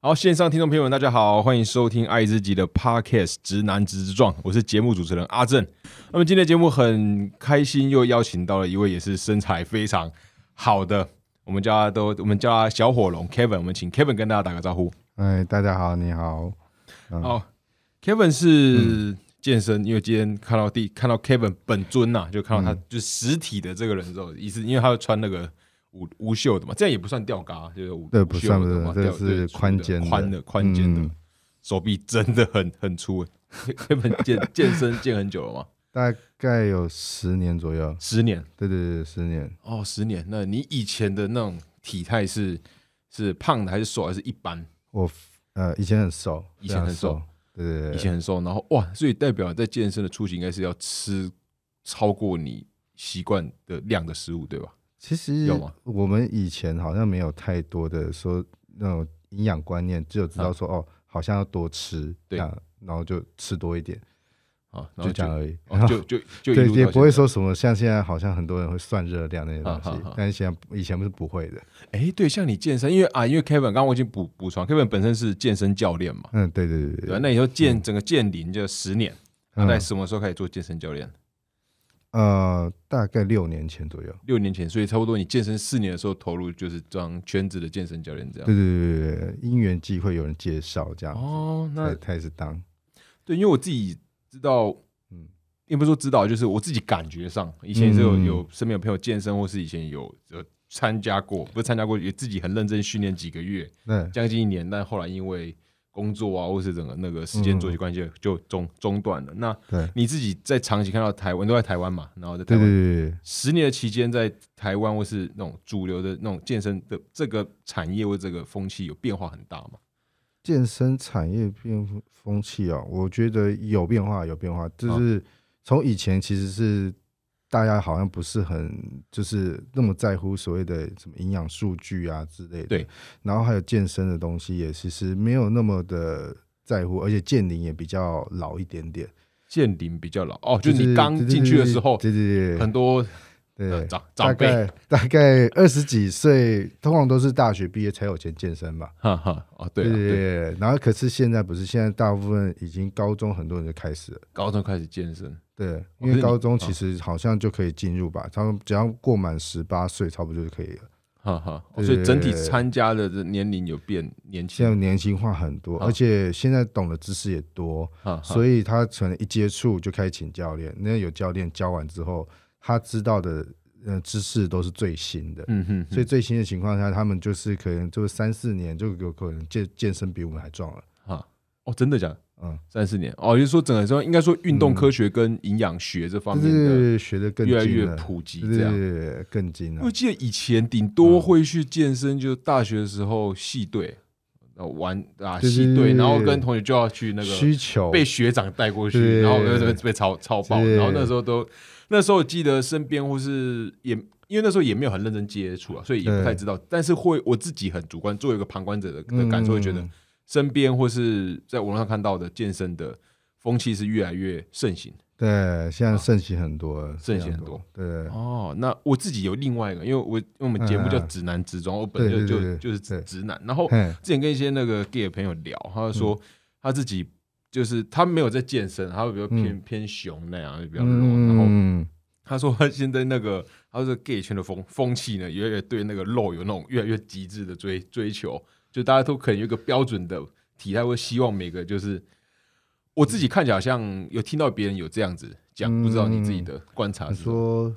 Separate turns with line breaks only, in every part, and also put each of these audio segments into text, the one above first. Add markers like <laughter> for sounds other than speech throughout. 好，线上听众朋友们，大家好，欢迎收听《爱自己》的 Podcast《直男直撞》，我是节目主持人阿正。那么今天的节目很开心，又邀请到了一位也是身材非常好的，我们叫他都我们叫他小火龙 Kevin，我们请 Kevin 跟大家打个招呼。
哎，大家好，你好。嗯
哦，Kevin 是健身，因为今天看到第看到 Kevin 本尊呐、就看到
嗯
他就是实体的这个人之后，意思因为他穿那个无无袖的嘛，这样也不算吊嘎，就是无
对
无
不
袖
算
的
不算
嘛
这
吊
是
对
宽肩的
宽的宽肩的
嗯，
手臂真的很很粗欸。Kevin 健 <laughs> 健身健很久了吗？
大概有十年左右，
十年
对对对，十年。
哦，十年。那你以前的那种体态是是胖的还是瘦还是一般？
我呃以前很瘦，
以前很瘦
非常，对对
以
对，
前很瘦，然后哇，所以代表在健身的初期应该是要吃超过你习惯的量的食物，对吧？
其实
有吗
我们以前好像没有太多的说那种营养观念，只有知道说、哦，好像要多吃，
啊对
这样，然后就吃多一点，
啊，然
就
后
这
就
样而已。
哦就就就一
对，
路到
也不会
现在
说什么像现在好像很多人会算热量那些东
啊
西
啊啊，
但是现在以前不是不会的。
哎，对，像你健身，因为啊，因为 Kevin 刚刚我已经补补充，Kevin 本身是健身教练嘛，
嗯，对对对对
对吧？那你说健整个健龄就十年，那
嗯
在什么时候开始做健身教练？
呃，大概六年前左右。
六年前，所以差不多你健身四年的时候投入就是当全职的健身教练这样。
对对对对对，因缘际会有人介绍这样子，
哦，那
才开始当。
对，因为我自己知道，嗯
嗯，
也不是说知道，就是我自己感觉上，以前也是有、
嗯
有身边有朋友健身，或是以前有有参加过，不是参加过，也自己很认真训练几个月，
那
将近一年，但后来因为工作啊，或是整个那个时间
嗯
作息关系，就中中断了。那
对
你自己在长期看到台湾，都在台湾嘛，然后在台
对对
湾
对对，
十年的期间，在台湾或是那种主流的那种健身的这个产业或这个风气有变化很大嘛？
健身产业变风气哦，我觉得有变化，有变化，就是从以前其实是大家好像不是很就是那么在乎所谓的什么营养数据啊之类的，
对，
然后还有健身的东西也其实没有那么的在乎，而且健龄也比较老一点点，
健龄比较老哦，就是你刚进去的时候，
对对对
很多
对
呃
对。
长
大
长辈，
概大概二十几岁，通常都是大学毕业才有钱健身嘛。
哈哈，哦对啊
对
对，
然后可是现在不是，现在大部分已经高中很多人就开始了。
高中开始健身，
对，
可
因
哦是你
为高中其实好像就可以进入吧，他们只要过满十八岁，差不多就可以了。
哈哈，哦
对
所以整体
对对
参加的这年龄有变年
现在
轻，
年轻化很多，
啊
而且现在懂的知识也多，
哈哈，
所以他可能一接触就开始请教练。那有教练教完之后，他知道的呃知识都是最新的。
嗯哼，
所
所
以
以
最新的情况下，他们就是可能就是三四年就有可能健健身比我们还壮了。
哈，哦真的假的？
嗯，
三四年哦，就是说整个说应该说运动科学跟营养学这方
就
面的
是学的更
越来
精
越
了，
普及
对
这
对
样。
对对对更精
因
了
为我。记得以前顶多会去健身，就大学的时候系队，呃玩啊
对对
系
对
队，
对
然后跟同学就要去那个
需求
被学长带过去，
哦对
然后被被超超爆，
对
然后那时候都那时候记得身边或是也因为那时候也没有很认真接触啊，所以也不太
对
知道，但是会我自己很主观，作为一个旁观者的的感受，会觉得
嗯
身边或是在网络上看到的健身的风气是越来越盛行。
对，现在盛行很多了，
啊盛行
非常
很多。
对，
哦，那我自己有另外一个，因为我因为我们节目叫
嗯嗯
直男直装，我本
对
身
对
就
对
就
对
就是
对
直男，然后
嘿
之前跟一些那个 gay 的朋友聊，他就
嗯
说他自己就是他没有在健身，他会比较偏、偏熊那样，就比较弱。然后
嗯，
他说他现在那个他说 gay 圈的风风气呢，越来越对那个肉有那种越来越极致的追追求，就大家都可能有一个标准的体态，会希望每个就是我自己看起来好像有听到别人有这样子讲，不知道你自己的观察
嗯你
是什么。
说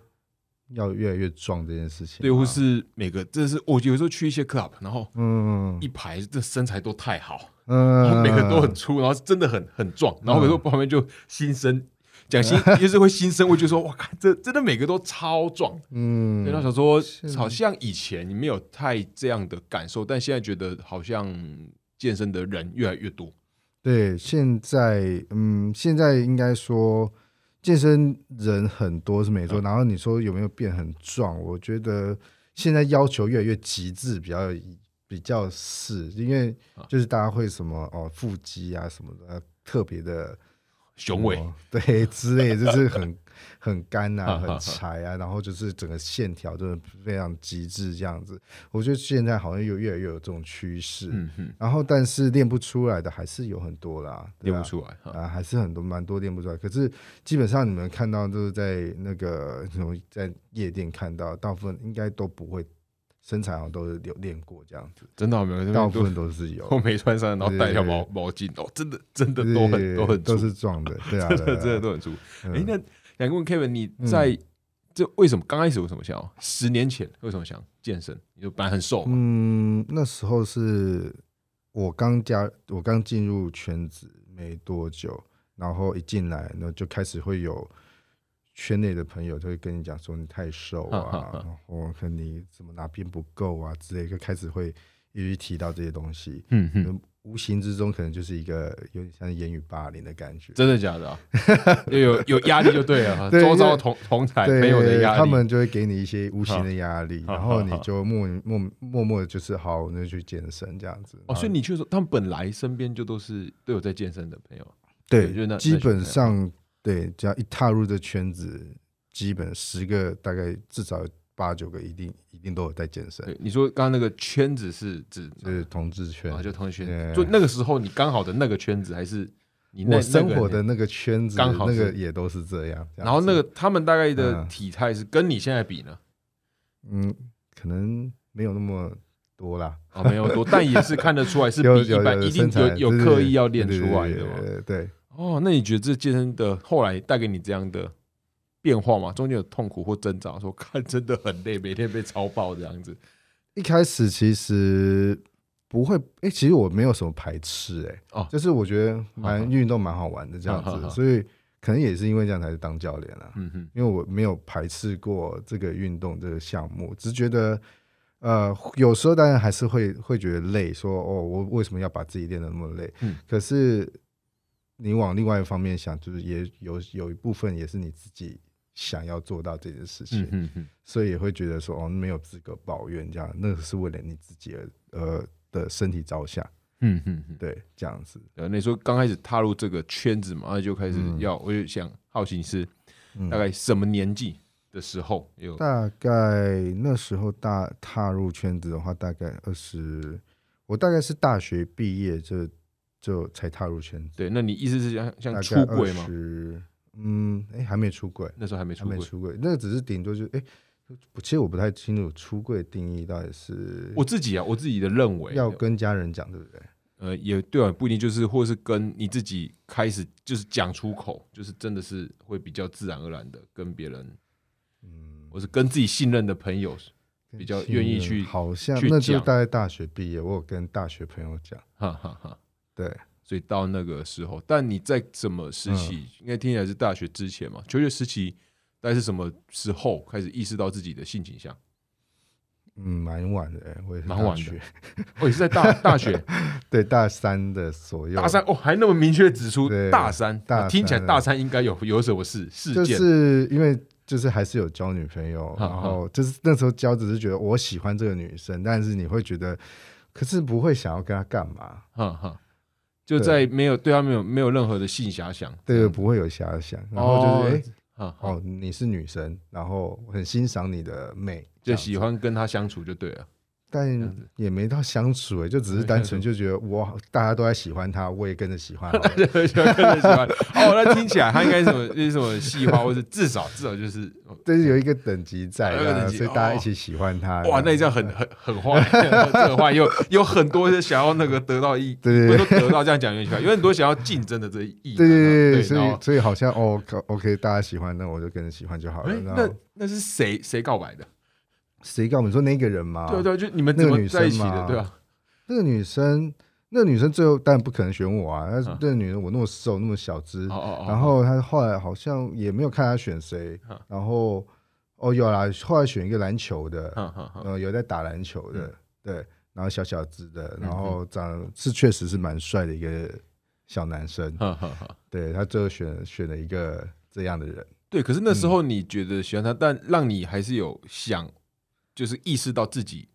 要越来越壮这件事情，
对，或
啊
是每个，这是我有时候去一些 club，然后
嗯
一排这身材都太好，然后 <laughs>
嗯，
每个都很粗，然后真的很很壮，然后有时候旁边就心生讲心，
嗯
就是会心生，我就说哇，看这真的每个都超壮。
嗯，
对，他想说
是
好像以前没有太这样的感受，但现在觉得好像健身的人越来越多。
对，现在嗯，现在应该说健身人很多是没错，然后你说有没有变很壮？我觉得现在要求越来越极致，比较比较是，因为就是大家会什么哦腹肌啊什么的，特别的
雄伟，
哦对之类，就是很很干啊，
哈哈
很柴啊，然后就是整个线条真的非常极致这样子。我觉得现在好像又越来越有这种趋势，
嗯哼，
然后但是练不出来的还是有很多啦，对
练
吧
不出来哈。
啊，还是很多蛮多练不出来。可是基本上你们看到都是在那个什么在夜店看到，大部分应该都不会身材好像都是有练过这样子，
真的啊没有，
大
那边
部
都
分都是有
都。没穿衫，然后带一条
对
毛毛巾哦，真的真的
对
<laughs> 都
对
很都很
都
粗，
是壮的，对啊，
<laughs> 真
对
的
啊
真的都很粗。
嗯
哎，那两个问 Kevin，你在这为什么刚开始为什么想要？十年前为什么想健身？你就本来很瘦嘛，
嗯，那时候是我刚加，我刚进入圈子没多久，然后一进来呢，就开始会有圈内的朋友就会跟你讲说你太瘦
哈哈
啊，
哈
然后可能你怎么哪边不够啊之类，就开始会一律提到这些东西，
嗯哼，
无形之中可能就是一个有点像言语霸凌的感觉。
真的假的啊？ <laughs> 有有有压力就对了啊，
对
周
因
遭
为
同同台
对，
朋友的压力，
他们就会给你一些无形的压力，
哈
然
哈
后
哈
你就默默默默的就是好，那就去健身这样子。
哦，
然后
所以你去的时候，他们本来身边就都是都有在健身的朋友，啊对
对，
就是那
基
那群朋
本
友
上对，只要一踏入这圈子，基本十个大概至少有八九个一定一定都有在健身，
对，你说刚刚那个圈子是指
就是同志圈。
啊，就同学圈子，
对
就那个时候你刚好的那个圈子，还是你那
我生
那个
活
年
的那个圈子，
刚好
那个
是
也都是这样。这样
然后那
子
个他们大概的
嗯
体态是跟你现在比呢？
嗯，可能没有那么多啦，
啊，没有多，但也是看得出来是
有
比一
有
般
有
一定
身材
有有
对
刻
对
意要
对
练
对
出
对
来
对
的嘛。
对对，
哦，那你觉得这健身的后来带给你这样的变化吗？中间有痛苦或挣扎，说看真的很累，每天被超爆这样子。
一开始其实不会，哎、其实我没有什么排斥、哎，
哦
就是我觉得蛮
好好
运动蛮好玩的这样子，
好好好
所以可能也是因为这样才是当教练啊，
嗯哼，
因为我没有排斥过这个运动这个项目，只是觉得。呃，有时候当然还是会会觉得累，说哦，我为什么要把自己练得那么累？
嗯
可是你往另外一方面想，就是也有有一部分也是你自己想要做到这件事情。
嗯哼哼，
所以也会觉得说哦，没有资格抱怨这样，那个是为了你自己而呃的身体着想，
嗯哼哼。
对，这样子，
呃，那你说刚开始踏入这个圈子嘛，然后就开始要，我就想好奇你是
嗯
大概什么年纪的时候有？
大概那时候大踏入圈子的话，大概二十，我大概是大学毕业就就才踏入圈子，
对，那你意思是像
大
像
概
出轨吗？
20嗯，哎、还没出柜，
那时候还没
还
出
没
轨，
出柜，那只是顶多就哎、我其实我不太清楚出柜定义到底是
我自己啊，我自己的认为，
要跟家人讲，对不对？
呃，也对啊，不一定就是，或是跟你自己开始就是讲出口，就是真的是会比较自然而然的跟别人，
嗯，
我是跟自己信任的朋友，比较愿意去
好像
去
那就
讲
大概大学毕业，我有跟大学朋友讲，
哈哈哈。
对，
所以到那个时候，但你在什么
嗯
时期？应该听起来是大学之前嘛？求学时期，大概是什么时候开始意识到自己的性倾向？
嗯，蛮晚的、欸，我也是
蛮
大
晚的
学， <laughs>
哦，也是在大大学
对，大三的左右，
大三哦，还那么明确指出
对
大三，
大
啊听起来
三
大三应该有有什么事事
就
件？
是因为就是还是有交女朋友，
哈
然后就是那时候交只是觉得我喜欢这个女生，但是你会觉得，可是不会想要跟她干嘛，
哈哈，就在没有对他没有没有任何的性遐想，
对，
嗯
不会有遐想，然后就是哎。诶
哈哈，
哦，你是女生，然后很欣赏你的美，
就
这样子
喜欢跟他相处就对了。 <laughs> 样
但
子
也没到相处哎、就只是单纯就觉得哇，大家都在喜欢他，我也跟着喜欢好了。
对，喜欢跟着喜欢。哦，那听起来他应该什么就是什么细化，或者至少至少就是
但是有一个等级在
有一个
这样，
等级哦
所以大家一起喜欢他。
哇，那这样很很很坏， <laughs> 这个坏有有很多是想要那个得到意，
对
不
对
是说得到这样讲有点奇怪，有很多想要竞争的这一意
对对
对，
对对，所
然
以
后
所以好像哦可，OK，大家喜欢，那我就跟着喜欢就好
哎，
了。然
那
后
那是谁谁告白的？
谁告诉你说那个人吗？
对，对，就你们
啊那
怎
个
么
女
在一
生
起的？
嘛
对吧？
那个女生，那个女生最后当然不可能选我啊，但是
嗯
那个女生我那么瘦，那么小只
哦，哦哦，
然后她后来好像也没有看她选谁
嗯，
然后哦有啦，后来选一个篮球的，
哈哈哈，
呃，有在打篮球的，
啊嗯
对，然后小小只的，
嗯
然后长得是确实是蛮帅的一个小男生，
哈哈哈。
对他最后选选了一个这样的人，
对，可是那时
嗯
候你觉得喜欢他，但让你还是有想，就是意识到自己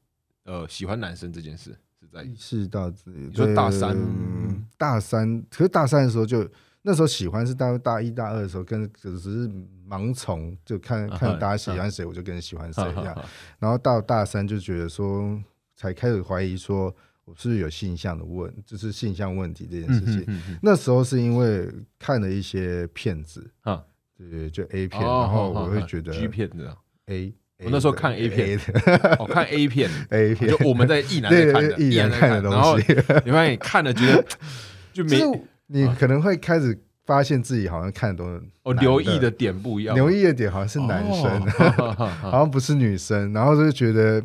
呃喜欢男生这件事是在
嗯意识到自己，
你说大
对
三
嗯大三，可是大三的时候就那时候喜欢是大大一大二的时候，跟只是盲从，就看
啊哈
看大家喜欢谁，我就跟着喜欢谁这样。
哈哈
然后到大三就觉得说，才开始怀疑说我是不是有性向的问，就是性向问题这件
嗯
事
嗯
情。
嗯嗯
那时候是因为看了一些片子，
啊，
对，就 A 片，
哦
然后
好
我
好
会
好
觉得
G 片这样，
A，
我那时候看 A 片
的
哦，看 A
<laughs>
片，
A 片
就，我们在意男在
对
看的，
一
男
眼
在
看的
然后
东西，
你发现你看了觉
<laughs>
得就没
就是你
啊
可能会开始发现自己好像看的东西，
哦，
男
留意
的
的点不一样，
留意的点好像是男生，
哦
好 <laughs>
生，
像不是女生，然后就觉得，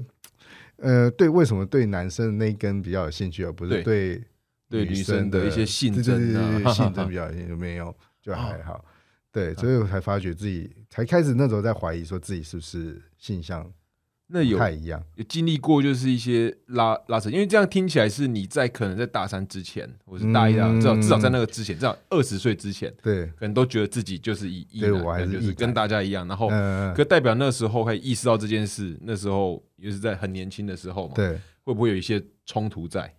呃，对，为什么对男生的那一根比较有兴趣，而不是对
对女生的
的
一些性
对
征
对对
啊
对，性征比较有兴趣，没有就还
哦
好。对，所以我才发觉自己，才开始那时候在怀疑，说自己是不是性向
<laughs> 那
不
有
太一样。
有经历过就是一些拉拉扯，因为这样听起来是你在可能在大三之前，或是大一大二，
嗯
至少至少在那个之前，至少二十岁之前，
对，
可能都觉得自己就是一一
对
男，
我还
可能
是
就是
异
跟
男
大家一样，然后。
嗯，
可代表那时候还意识到这件事，那时候也是在很年轻的时候嘛，
对，
会不会有一些冲突在？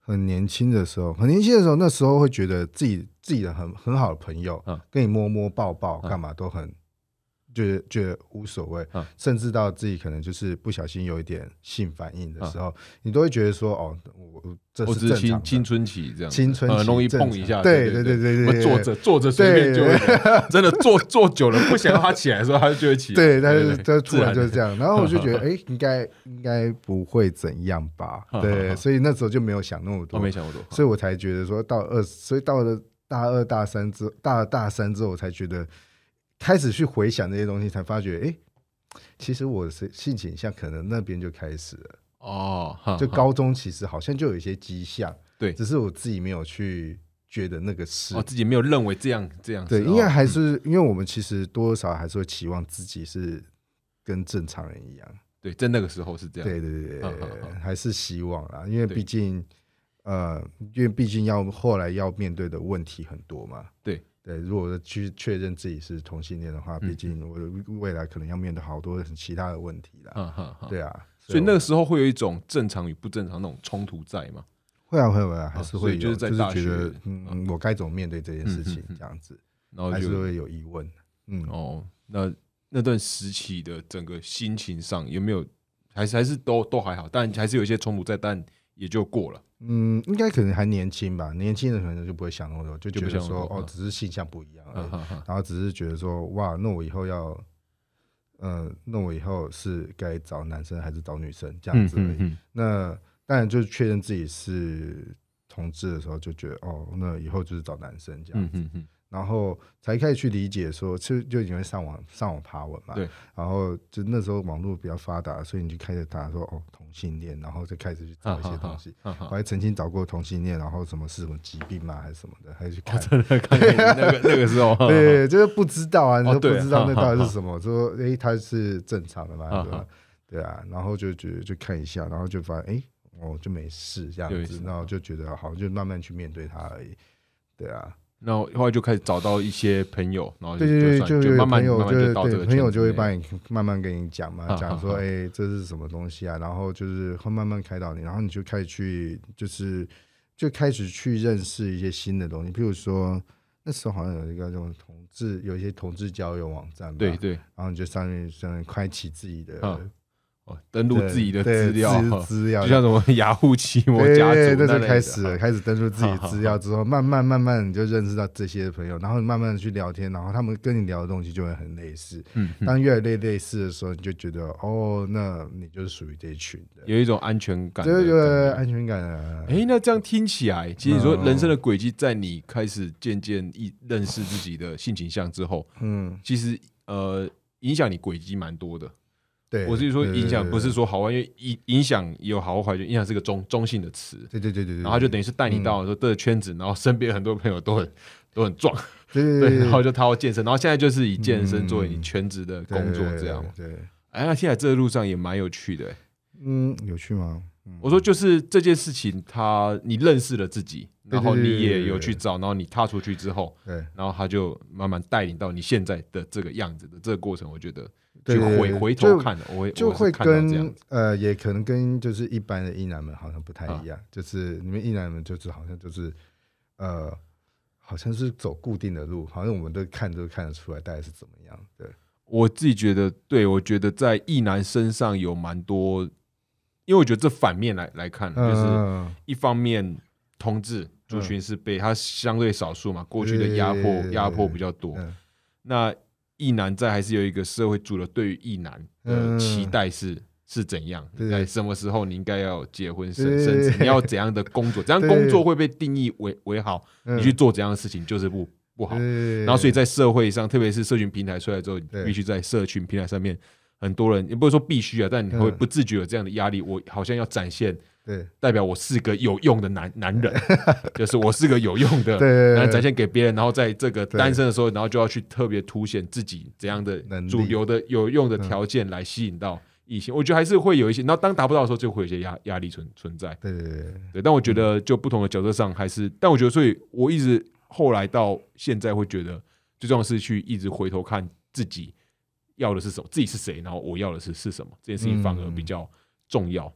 很年轻的时候，很年轻的时候，那时候会觉得自己自己的很很好的朋友，
嗯
跟你摸摸抱抱
嗯
干嘛都很，觉得觉得无所谓，
嗯
甚至到自己可能就是不小心有一点性反应的时候，你都会觉得说哦，我我这
嗯我
是
只是
正常
青
的
青春期这样子，
青春期
很容易
正常
碰一下，
对
对
对对对
我们
对
坐着坐着随便
对
就会有， <laughs> 真的坐坐久了不想让他起来的时候，他就会起来，
对，但是
啊对
就突然就是这样，然后我就
<laughs>
觉得
哈
哎，应该应该不会怎样吧，
哈哈哈
对，所以那时候就没有想那么
我
多，
没想过多，
所以我才觉得说到二，所以到了大二、大三之大大三之后，我才觉得开始去回想这些东西，才发觉，哎、其实我是性倾向，可能那边就开始了。
哦，哈
就
哈
高中其实好像就有一些迹象，
对
只是我自己没有去觉得那个是
哦，。自己没有认为这样这样是，
对，
哦
应该还是因为我们其实多多少少还是会期望自己是跟正常人一样。
对，在那个时候是这样，
对对对
好
对
好好，
还是希望啦，因为
对
毕竟呃，因为毕竟要后来要面对的问题很多嘛。
对
对，如果去确认自己是同性恋的话，
嗯
毕竟我的未来可能要面对好多其他的问题啦。
哈哈哈。
对啊，
嗯所以那
我
个时候会有一种正常与不正常那种冲突在嘛？
会啊会啊会啊，还是
哦所以
会有，
就是在大学
觉得嗯，我该怎么面对这件事情
嗯嗯嗯
这样子，
然后
还
就是
会有疑问。嗯，
哦，那那段时期的整个心情上有没有，还是还是都都还好，但还是有一些冲突在，但也就过了。
嗯，应该可能还年轻吧，年轻人可能就不会想那么多，就
就
觉
不
得
想那么
说
多
哦，
嗯
只是性向不一样而
哈
已。
哈哈
然后只是觉得说，哇，那我以后要，呃，那我以后是该找男生还是找女生这样子而已。
嗯
那当然就是确认自己是同志的时候，就觉得哦，那以后就是找男生这样
嗯
子，
嗯嗯，
然后才开始去理解说，其实就已经会上网上网爬文嘛，
对，
然后就那时候网络比较发达，所以你就开始打说哦同性恋，然后就开始去找
啊
一
嗯
些东西。
哈哈
我还曾经找过同性恋，然后什么是什么疾病嘛，还是什么的，还去看
哦，真的看你 <laughs> 那个那个时候，嗯 <laughs> 哈哈
对，就是不知道啊，你
哦
都不
对
知道那
哈
到底
哈
是什么，说诶，它是正常的嘛，
哈
对吧
哈？
对啊，然后就觉得就看一下，然后就发现诶，我就没事这
对
样子
是，
然后就觉得好，就慢慢去面对它而已。对啊，
然后后来就开始找到一些朋友，然后就
对对
就算
对，有
慢慢
朋友
慢慢
是
到这
对
个
朋友
圈子
就会
内
帮你慢慢跟你讲嘛
哈，哈
讲说
哈
诶，这是什么东西啊，然后就是会慢慢开导你，然后你就开始去就是就开始去认识一些新的东西，譬如说。那时候好像有一个这种同志，有一些同志交友网站吧，
对对
然后你就上面上面开启自己的
嗯哦，登录
对
自己的
对
资料，
自己的
哈
资料，
就像什么雅虎奇摩
对
家
对
族
对，
那类
那就
的
开始
哈
了开始登录自己的资料之后，慢慢慢慢你就认识到这些朋友，然后你慢慢的去聊天，然后他们跟你聊的东西就会很类似。
嗯，嗯
当越来越类似的时候，你就觉得哦，那你就是属于这一群的，
有一种安全感的
就
感
是
觉，
有安全感啊。
哎、那这样听起来，其实你说
嗯
人生的轨迹，在你开始渐渐意认识自己的性倾向之后，
嗯，
其实呃，影响你轨迹蛮多的。
对，
我是说
对
影响，不是，说好坏，因为影影响也有好坏，就影响是个中中性的词。
对对嗯对对对对对，
然后就等于是带你到说这个圈子，然后身边很多朋友都很都很壮，
对对
对，
对
然后就他要健身，然后现在就是以健身作为你
嗯
全职的
对
工作这样。
对，对对
哎，那现在这个路上也蛮有趣的、欸
嗯，有趣吗？嗯
我说就是这件事情它，你认识了自己，
对
然后
对对
你
对
也
对
有
对
去找，然后你踏出去之后，
对。
然后他就慢慢带领到你现在的这个样子的这个过程，我觉得
对
去
对对
回
对
回
就
头看，我会
就
我是
会
看到这样
跟
子啊
呃，也可能跟就是一般的异男们好像不太一样，就是你们异男们就是好像就是呃，好像是走固定的路，好像我们都看都看得出来大概是怎么样。对，
我自己觉得，对我觉得在异男身上有蛮多，因为我觉得这反面来来看，就是
嗯
一方面同志族群是被他相对少数嘛，过去的压迫
对对对对
压迫比较多。
嗯
那异男在还是有一个社会主流对于异男的
嗯
期待是。是怎样？
对
在什么时候你应该要结婚生，
对
甚至你要怎样的工作？怎样
对
工作会被定义为为好？
嗯
你去做怎样的事情就是不不好。
对
然后所以在社会上，特别是社群平台出来之后，你
对
必须在社群平台上面，很多人也不是说必须啊，但你会
嗯
不自觉有这样的压力，我好像要展现。
对
代表我是个有用的男男
<laughs>
人，就是我是个有用的，
对对对
然后展现给别人，然后在这个
对
单身的时候，然后就要去特别凸显自己怎样的
能力嗯
主流的有用的条件来吸引到异性。我觉得还是会有一些，然后当达不到的时候，就会有一些压压力存存在。
对对对，嗯
对，但我觉得就不同的角色上，还是，但我觉得，所以我一直后来到现在会觉得，最重要的是去一直回头看自己要的是什么，自己是谁，然后我要的是是什么，这件事情反而比
嗯
较重要。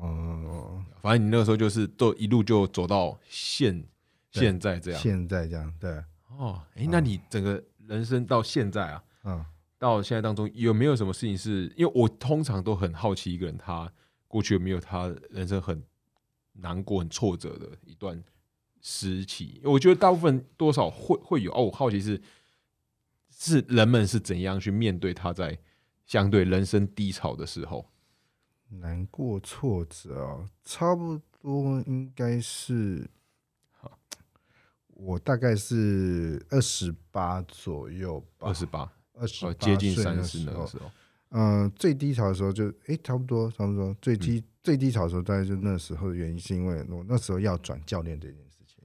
哦，
反正你那个时候就是都一路就走到现
对
现在这样
现在这样对，
哦，哎、那你整个人生到现在啊，
嗯
到现在当中有没有什么事情是？因为我通常都很好奇一个人他过去有没有他人生很难过、很挫折的一段时期，我觉得大部分多少会会有哦。我好奇是是人们是怎样去面对他在相对人生低潮的时候，
难过挫折哦，差不多应该是，我大概是二十八左右吧
二，十八
二十
呃
八
接近
岁
三
的
十
时
那个
候
时，候，
嗯，最低潮的时候就诶，差不多差不多，最
嗯
低、最低潮的时候大概就那时候的原因是因为我那时候要转教练这件事情，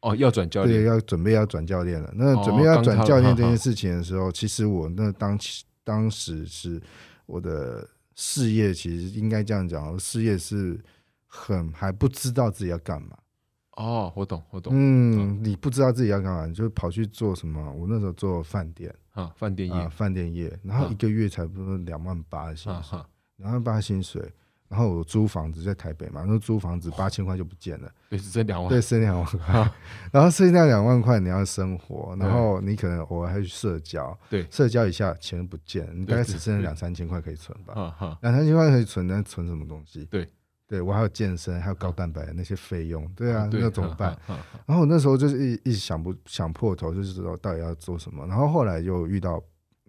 哦，要转教
对，
练，
要准备要转教练了。那
哦
准备要
刚
转
踏
教练
入
这件事情的时候，其实我那当其当时是我的事业，其实应该这样讲，我的哦事业是很还不知道自己要干嘛。
哦，我懂，我懂。
嗯，你不知道自己要干嘛，你就跑去做什么？我那时候做饭店
啊，饭店业
啊，饭店业，然后
嗯
一个月才不多两万八的薪
啊
水。
哈，
两万八薪水，然后我租房子在台北嘛，那租房子八千块就不见了，
对，是这啊两万
对，剩两
<laughs>
万块，然后剩下两万块你要生活，
对
然后你可能偶尔还去社交，
对
社交一下钱不见了，你
对
大概只剩
对
下两三千块可以存吧，
哈哈，
两三千块可以存，那存什么东西？
对，
对我还有健身，还有高蛋白的那些费用，对啊，
哦对嗯
那怎么办？？
哈哈哈
然后我那时候就是一一直想不想破头，就是说到底要做什么。然后后来又遇到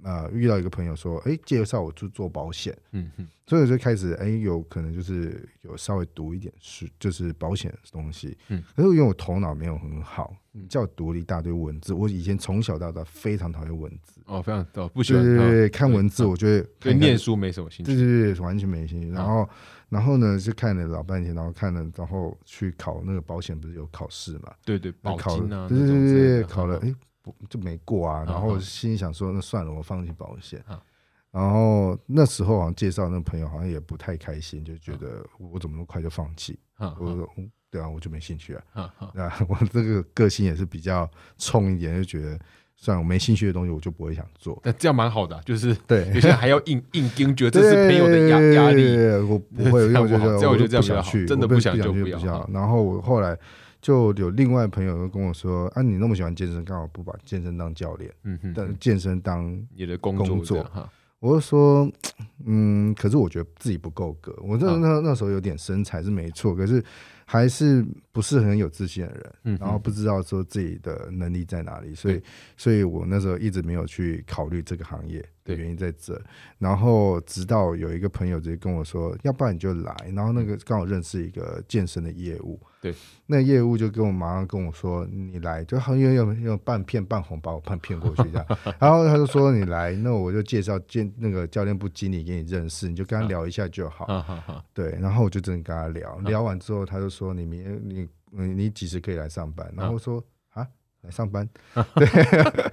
呃遇到一个朋友说，哎，介绍我去做保险。
嗯嗯
所以我就开始哎、有可能就是有稍微读一点书，就是保险的东西。
嗯，
可是因为我头脑没有很好，
嗯
叫我读了一大堆文字。我以前从小到大非常讨厌文字，
哦，非常哦，不喜
对
欢
对对
哈
对，看文字我觉得
对
看看
念，书没什么兴
对
趣。
对对，完全没兴趣。然后然后呢，就看了老半天，然后看了，然后去考那个保险，不是有考试嘛？
对对，
那
保
考
金啊，
对对
那种之类
对
的
对
啊
对，考了，
哈
哎、不就没过啊。然
啊
后
啊
心里想说，那算了，我放弃保险
啊。
然后那时候好像介绍那个朋友好像也不太开心，就觉得
嗯
我怎么那么快就放弃？
哈
我说嗯对啊，我就没兴趣啊。
哈哈哈
那 <laughs> 我这个个性也是比较冲一点，就觉得算了，我没兴趣的东西我就不会想做。
那这样蛮好的啊，就是有
对，
些人还要硬硬盯，觉得这是朋友的压压
对
力。
对对我不会，因为我觉得
这 <laughs> 样我觉得这样比较
就不想
好
去，
真的
我
不
不
想就
就
不
不
要
想。然后我后来就有另外朋友就跟我说：“啊，你那么喜欢健身，干嘛不把健身当教练，
嗯哼，
但健身当
你的工
工
这
作
样哈，”
我就说：“嗯，可是我觉得自己不够格。我那
啊
那那时候有点身材是没错，可是还是不是很有自信的人。”
嗯哼，
然后不知道说自己的能力在哪里，所以
对，
所以我那时候一直没有去考虑这个行业的
对
原因在这。然后直到有一个朋友直接跟我说，要不然你就来。然后那个刚好认识一个健身的业务，
嗯对，
那个业务就跟我马上跟我说，你来，就好像用用用半骗半红把我骗骗过去这样。 <laughs> 然后他就说你来，那我就介绍健那个教练部经理给你认识，你就跟
嗯
他聊一下就好。
哈哈哈，
对，然后我就真的跟他聊，聊完之后，他就说：“你明你你你几时可以来上班？”然后我说：“啊，来上班？”对，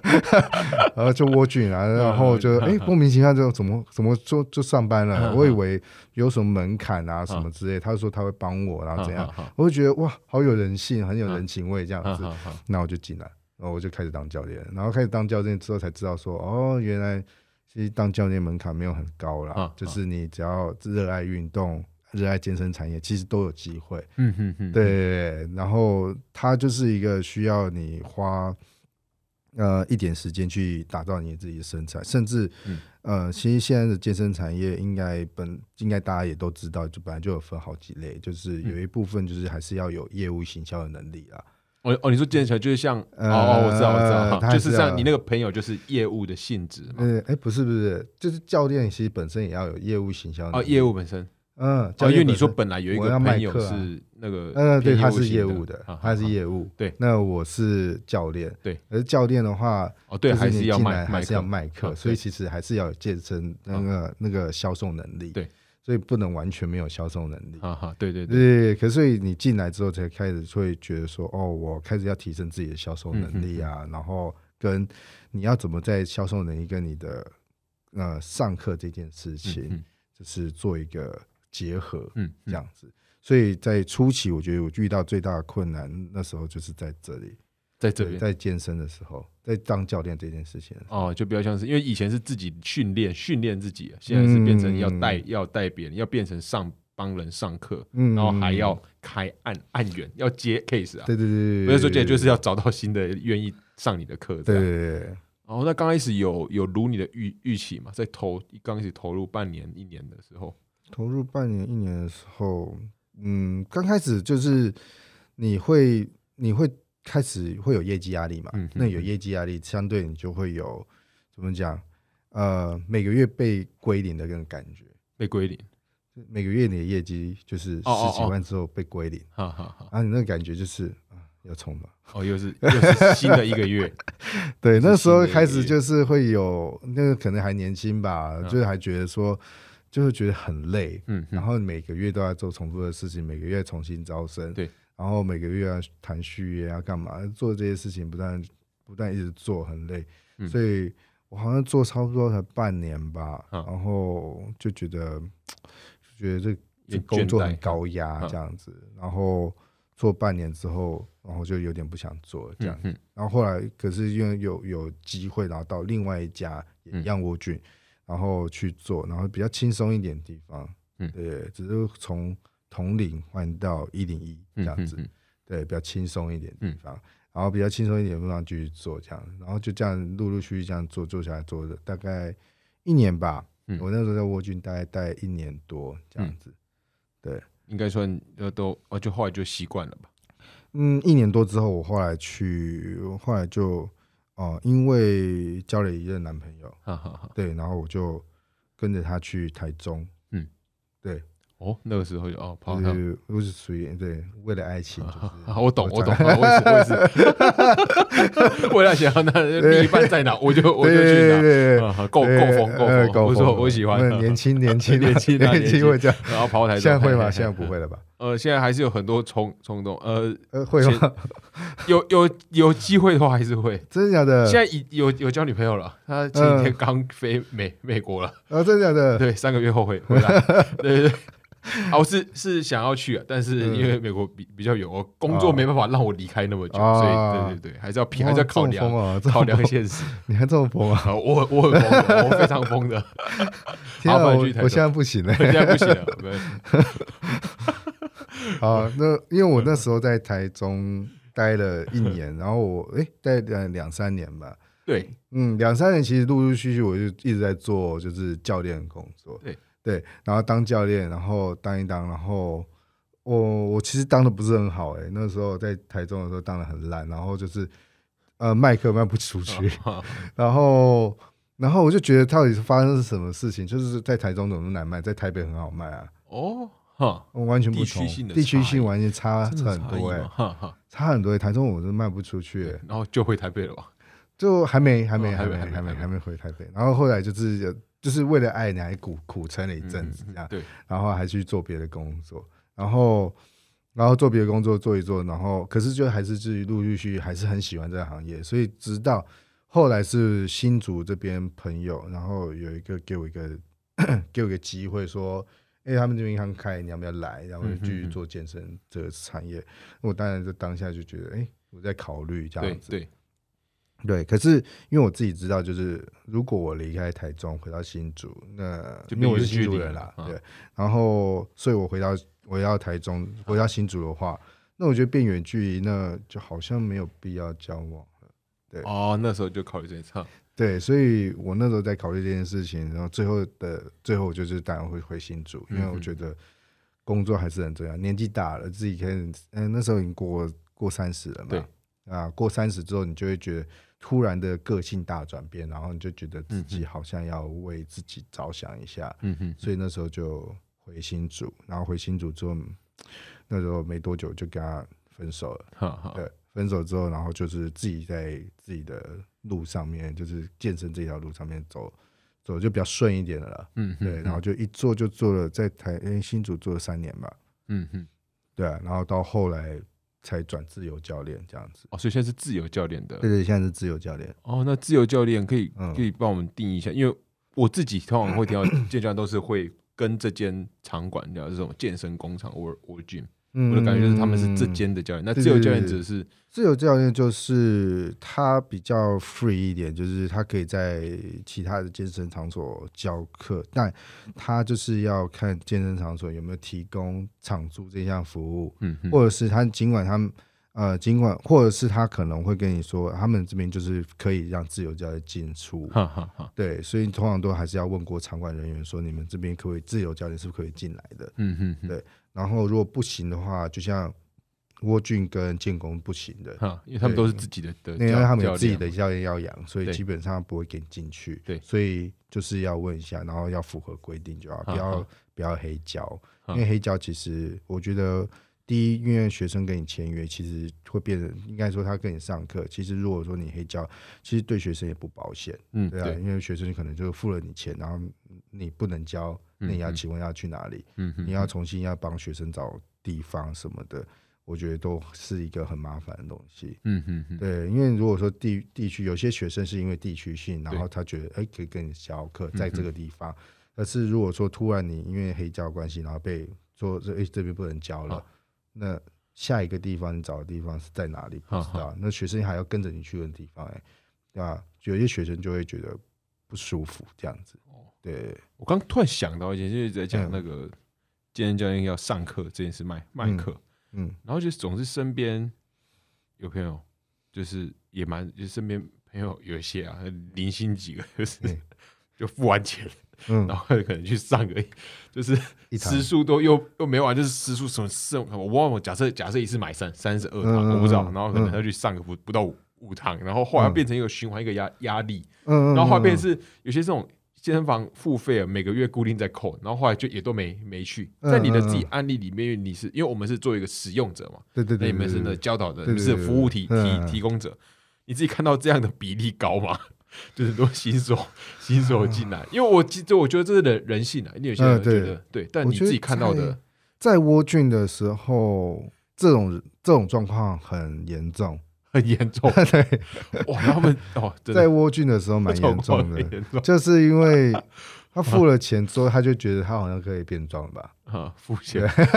<laughs> 然后就蜗居啊，然后就哎莫名其妙就怎么怎么就就上班了？我以为有什么门槛啊什么之类，他就说他会帮我，然后怎样
哈？哈
我就觉得哇，好有人性，很有人情味这样
哈
子。
哈哈，
那我就进来，然后我就开始当教练，然后开始当教练之后才知道说，哦，原来其实当教练门槛没有很高啦，
啊
就是你只要热爱运动、热爱健身产业，其实都有机会。
嗯哼哼，
对，对对然后它就是一个需要你花呃一点时间去打造你自己的身材，甚至、
嗯
呃，其实现在的健身产业应该本应该大家也都知道，就本来就有分好几类，就是
嗯
有一部分就是还是要有业务行销的能力啦。
哦哦，你说建起来就是像，哦
呃
哦，我知道我知道，
他
就是是像
要
你那个朋友就是业务的性质嘛，
呃，哎，不是不是，就是教练其实本身也要有业务行销能
哦，
力
业务本身，
嗯，教
哦，
练
因为
本
你说
身
本来有一
我要
个
卖
朋友
课啊
是那个偏
呃，
业
对，
型，
他是业务的
啊，啊
他是
啊
业务。
对
那我是教练。
对，
而教练的话，
哦，对，
就是
还
你
是要
进
卖
来
卖
还是要
课
卖课，
啊
所以
对
其实还是要有健身那个那个销售能力。
对，
所以不能完全没有销售能力。
啊哈，对对对，
对，可是所以你进来之后才开始会觉得说，哦，我开始要提升自己的销
嗯
售能力啊，然后跟你要怎么在销售能力跟你的呃上课这件事情，
嗯
就是做一个结合。
嗯
这
嗯，
样子。所以在初期，我觉得我遇到最大的困难，那时候就是在这里，
在这
对
边
在健身的时候，在当教练这件事情的时候，
哦，就比较像是因为以前是自己训练训练自己，啊现在是变成要带要带别人，要变成上帮人上课，
嗯
然后还要开案案源，要接 case 啊，
对对对，
不是说这就是是要找到新的愿意上你的课，
对
这样
对对对
哦，那刚开始有有如你的预预期嘛？在投刚开始投入半年一年的时候，
投入半年一年的时候，嗯，刚开始就是你会你会开始会有业绩压力嘛？
嗯哼
那有业绩压力，相对你就会有怎么讲？呃，每个月被归零的那种感觉，
被归零，
每个月你的业绩就是
哦哦
十几
哦
万之后被归零，
哈哈哈。
啊，你那个感觉就是啊，要冲吧。
哦，又是又是新的一个
<laughs>
月，
对，那时候开
新
始
的
就是会有那个可能还年轻吧，就是还觉得说，就是觉得很累，
嗯，
然
嗯
后每个月都在做重复的事情，每个月重新招生，
对，
然后每个月要谈续约啊，干嘛做这些事情，不断不断一直做，很累，
嗯
所以我好像做差不多才半年吧，
嗯
然后就觉得就觉得这
有
这
点
工
嗯
作
倦怠
很高压
嗯
这样子，然后做半年之后，然后就有点不想做了这样
嗯，嗯
然后后来可是因为有有机会，然后到另外一家
嗯
也一样窝菌，然后去做，然后比较轻松一点的地方，
嗯
对，只是从统领换到一零一这
嗯
样子，
嗯嗯嗯
对，比较轻松一点的地方，然后比较轻松一点的地方继续做这样，然后就这样陆陆续续这样做做下来，做的大概一年吧，
嗯
我那时候在窝菌大概待一年多这样子，
应该算呃都哦，就后来就习惯了吧。
嗯，一年多之后，我后来去，我后来就哦、呃因为交了一任男朋友。
哈哈哈。
对，然后我就跟着他去台中，
哦，那个时候就哦，跑
就
上。
是我是属于对为了爱情，就是
啊我懂，我懂，啊我也是，我也是。 <laughs> 为了想要那另一半在哪，我就 <laughs> 我就去
对对
哪
对
啊，够够
对
疯，够
呃
疯，我说我喜欢
那。年轻
<laughs>
年轻
年轻啊
年
年轻
会这样，
然后跑台中，
现在会吗？
嘿
现在不。会了吧？
呃，现在还是有很多冲冲动，呃，
呃，会吗？
有有有机会的话还是会。
真的假的？
现在已有有交女朋友了，她前几
嗯
天刚飞美美国了，
啊，真的假
<laughs>
的？
对，三个月后回回
<laughs>
来，对对对。啊，我是是想要去啊，但是
嗯
因为美国比比较有，我工
哦
作没办法让我离开那么久，
啊
所以对对对，还是要
哇
还是要考
这么
量
疯啊，这么
考量
疯
现实。
你还这么
<laughs>
疯啊？
啊，我我很疯的，我非常疯的， <laughs>
天啊，
不
我
然去台中
我现在不行了。
现在不行了。没有
<laughs> 啊，那因为我那时候在台中待了一年，然后我哎待了两三年吧，
对，
嗯，两三年其实陆陆续续我就一直在做就是教练工作，
对
对，然后当教练，然后当一当，然后我我其实当的不是很好哎、那时候在台中的时候当的很烂，然后就是呃卖课卖不出去，然后然后我就觉得到底是发生是什么事情，就是在台中怎么那么难卖，在台北很好卖啊，
哦，哈，
我完全不
地区
同，
性的
地区
差
性
异
完全差
真的
很
差异
多哎、
吗哈哈，
差很多、欸，台中我是卖不出去、欸。
然后就回台北了吧？
就还没，还没，
哦
还
还
没，
没
还
还
没，
没
还没回台北。然后后来就是有就是为了爱你，还苦苦撑了一
嗯
阵子这样，
对，
然后还去做别的工作，然后然后做别的工作做一做，然后可是就还是自己陆陆续续还是很喜欢这个行业，所以直到后来是新竹这边朋友，然后有一个给我一个 <coughs> 给我一个机会说。哎、他们这边银行开，你要不要来？然后就继续做健身这个产业。我当然在当下就觉得，哎、我在考虑这样
对
子。
对，
对，可是因为我自己知道，就是如果我离开台中回到新竹，那
就
因为我是
变远距
新
离
竹人
了
啦，
嗯
对，然后所以我回到回到台中，回到新竹的话，那我觉得变远距离，那就好像没有必要交往。对
哦，那时候就考虑这一趟，
对，所以我那时候在考虑这件事情，然后最后的最后，我就是当然会回新竹，因为
嗯
我
哼
觉得工作还是很重要。年纪大了，自己开始，嗯，那时候已经过过三十了嘛，
对，
啊，过三十之后，你就会觉得突然的个性大转变，然后你就觉得自
嗯
己好像要为自己着想一下，
嗯哼，
所以那时候就回新竹，然后回新竹之后，嗯那时候没多久就跟他分手了。
好好，
对，分手之后，然后就是自己在自己的路上面，就是健身这条路上面走走就比较顺一点的了啦。
嗯哼，
对，然后就一做就做了，在台诶新竹做了三年吧，
嗯哼，
对啊、然后到后来才转自由教练这样子。
哦，所以现在是自由教练的
对，对，现在是自由教练。
哦，那自由教练可以
嗯
可以帮我们定义一下，因为我自己通常会听到 <coughs> 健身都是会跟这间场馆聊这种健身工厂 or or gym，
嗯
我的感觉就是他们是这间的教练，那
对
自由
对
教练
对
只是
自由教练就是他比较 free 一点，就是他可以在其他的健身场所教课，但他就是要看健身场所有没有提供场租这项服务。
嗯哼，
或者是他尽管他们呃尽管或者是他可能会跟你说，他们这边就是可以让自由教练进出。
哈哈哈，
对，所以通常都还是要问过场馆人员说，你们这边可不可以自由教练是不是可以进来的？
嗯哼哼，
对然后如果不行的话，就像沃俊跟建工不行的，
哈，因为他们
对
都是自己的的
那因为
教
他们
教
有自己
练
的
嘛
教练要养，所以
对
基本上不会给你进去。
对
所以就是要问一下，然后要符合规定就好，
嗯
不要
嗯
不要黑胶，
嗯
因为黑胶其实我觉得。第一，因为学生跟你签约，其实会变得，应该说他跟你上课，其实如果说你黑胶，其实对学生也不保险，
嗯
对啊，
对，
因为学生可能就付了你钱，然后你不能交，那你要
嗯嗯
请问要去哪里？
嗯哼，
你要重新要帮学生找地方什么的，我觉得都是一个很麻烦的东西。
嗯哼哼，
对，因为如果说地地区有些学生是因为地区性，然
对
后他觉得哎可以跟你教课在这个地方，可是如果说突然你因为黑教关系，然后被说这哎这边不能教了
啊，
那下一个地方你找的地方是在哪里不
啊
知道，那学生还要跟着你去的地方，哎，对吧？有些学生就会觉得不舒服这样子
哦，
对，
我刚突然想到一件，就是在讲
嗯
那个健身教练要上课这件事，卖卖
嗯
课，
嗯
然后就总是身边有朋友，就是也蛮，就是身边朋友有一些啊，零星几个，就是、
对
<laughs> 就付完钱，
嗯
然，后可能去上个，就是
一堂
时数都又又没完，就是时数什么什么，我忘了。假设假设一次买三三十二堂，
嗯嗯
我不知道，
嗯
然后可能
嗯
他去上个不不到五五堂，然后后来
嗯
变成一个循环，一个压压力，
嗯，嗯
然后后来
嗯
变成是有些这种健身房付费啊，每个月固定在扣，然后后来就也都没没去。
嗯
在你的自己案例里面，你是因为我们是作为一个使用者嘛，
对对
那
对，
你们是
对
那教导的，你
对
们
对
是
对对
服务提提
嗯
提供者，你自己看到这样的比例高吗？ <laughs> 就是很多新手 <laughs> 新手进来，因为我记，这我觉得这是人人性啊，因为有些人
嗯嗯对
觉得对，但
我
你
觉得
自己看到
在
的，
在窝菌的时候，这种这种状况很严重。
很严重，
<laughs> 对，
哇！他们哦，真
在
的
窝菌的时候蛮
这种
严重
很
的，
严 <laughs> 重
就是因为他付了钱之后，他就觉得他好像可以变壮吧？
啊，付钱 <laughs>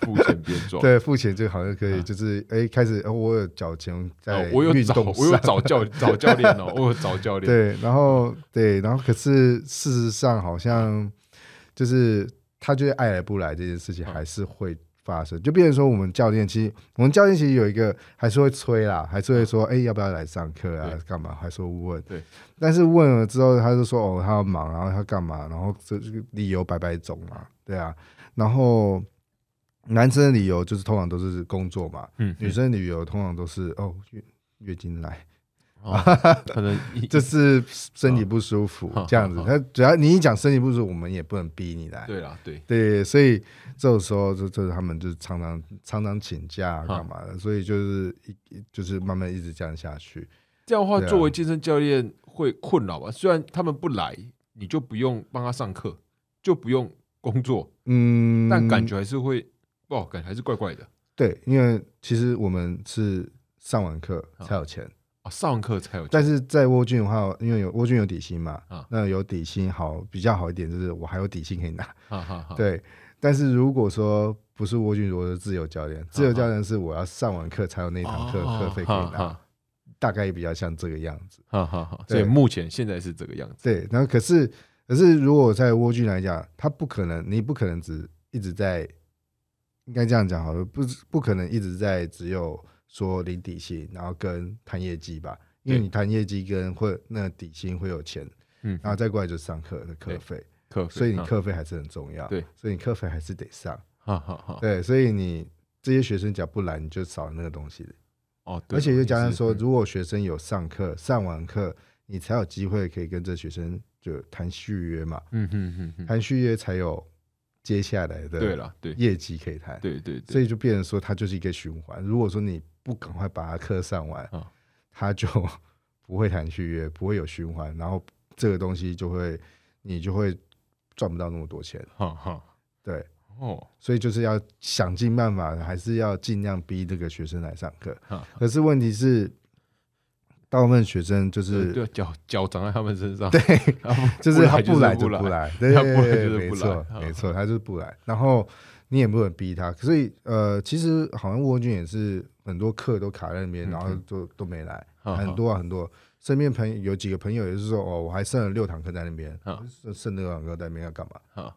付钱变壮，
对，付钱就好像可
啊
以，就是哎，开始哦我有缴钱在
哦我有
运
找
动
我有
上，
找教找教练哦，我有找教练，
对，然后对，然后可是事实上好像就是他就是爱来不来这件事情
嗯
还是会发生，就变成说我们教练其实我们教练其实有一个还是会催啦，还是会说哎、要不要来上课啊
对
干嘛，还说问
对，
但是问了之后他就说哦他要忙，然后他干嘛，然后这这个理由百百种嘛，对啊，然后男生的理由就是通常都是工作嘛，
嗯，
女生的理由通常都是哦月月经来。 <laughs>
哦可能一
就是身体不舒服
嗯
这样子
嗯。嗯
他只要你一讲身体不舒服，我们也不能逼你来。
对啦，对，
对，所以这种时候就就是他们就常常常常请假啊
嗯
干嘛的，所以就是一一就是慢慢一直这样下去。
这样的话，
对啊
作为健身教练会困扰吧？虽然他们不来，你就不用帮他上课，就不用工作，
嗯，
但感觉还是会，哦，感觉还是怪怪的
对，因为其实我们是上完课才有钱，
啊。上完课才有，
但是在沃郡的话，因为有沃郡有底薪嘛
嗯，
那有底薪好比较好一点，就是我还有底薪可以拿。
哈哈哈，
对，但是如果说不是
啊
蜗居，我是自由教练，自由教练是我要上完课才有那
一
堂课课费可以拿。，大概也比较像这个样子。
哈哈哈。所
对
以目前现在是这个样子，
对，然后可是可是如果在蜗居来讲，它不可能，你不可能只一直在，应该这样讲好了，不不可能一直在只有说领底薪，然后跟谈业绩吧，因为
对
你谈业绩跟会那底薪会有钱，
嗯，
然后再过来就是上课的课
对
费，
课费
啊所以你
哈
课费还是很重要，
对，
所以你课费还是得上，
哈哈哈。
对，所以你这些学生讲不来，你就少了那个东西，
哦，对
而且
哦
又
也
加上
是
说，
嗯
如果学生有上课，上完课，你才有机会可以跟这学生就谈续约嘛，
嗯嗯嗯嗯，
谈续约才有接下来
对
的
了，对
业绩可以谈，
对对对，
所以就变成说它就是一个循环。如果说你不赶快把他课上完
啊，
他就 <laughs> 不会谈续约，不会有循环，然后这个东西就会你就会赚不到那么多钱，
哈哈
对。
哦，
所以就是要想尽办法，还是要尽量逼这个学生来上课。
哈
可是问题是，大部分学生就
对
是
对，脚脚长在他们身上， <laughs> 对，
就是他
来
不
来
就
不
不，来，
<laughs> 他不来就是
对，
不来
没错
啊
没错，他就是不来。然后你也不能逼他，所以呃，其实好像沃军也是很多课都卡在那边，
嗯
然后都都没来，
哈
很。多啊很多。身边朋友有几个朋友也是说，哦，我还剩了六堂课在那边
啊，
剩剩六堂课在那边要干嘛？
哈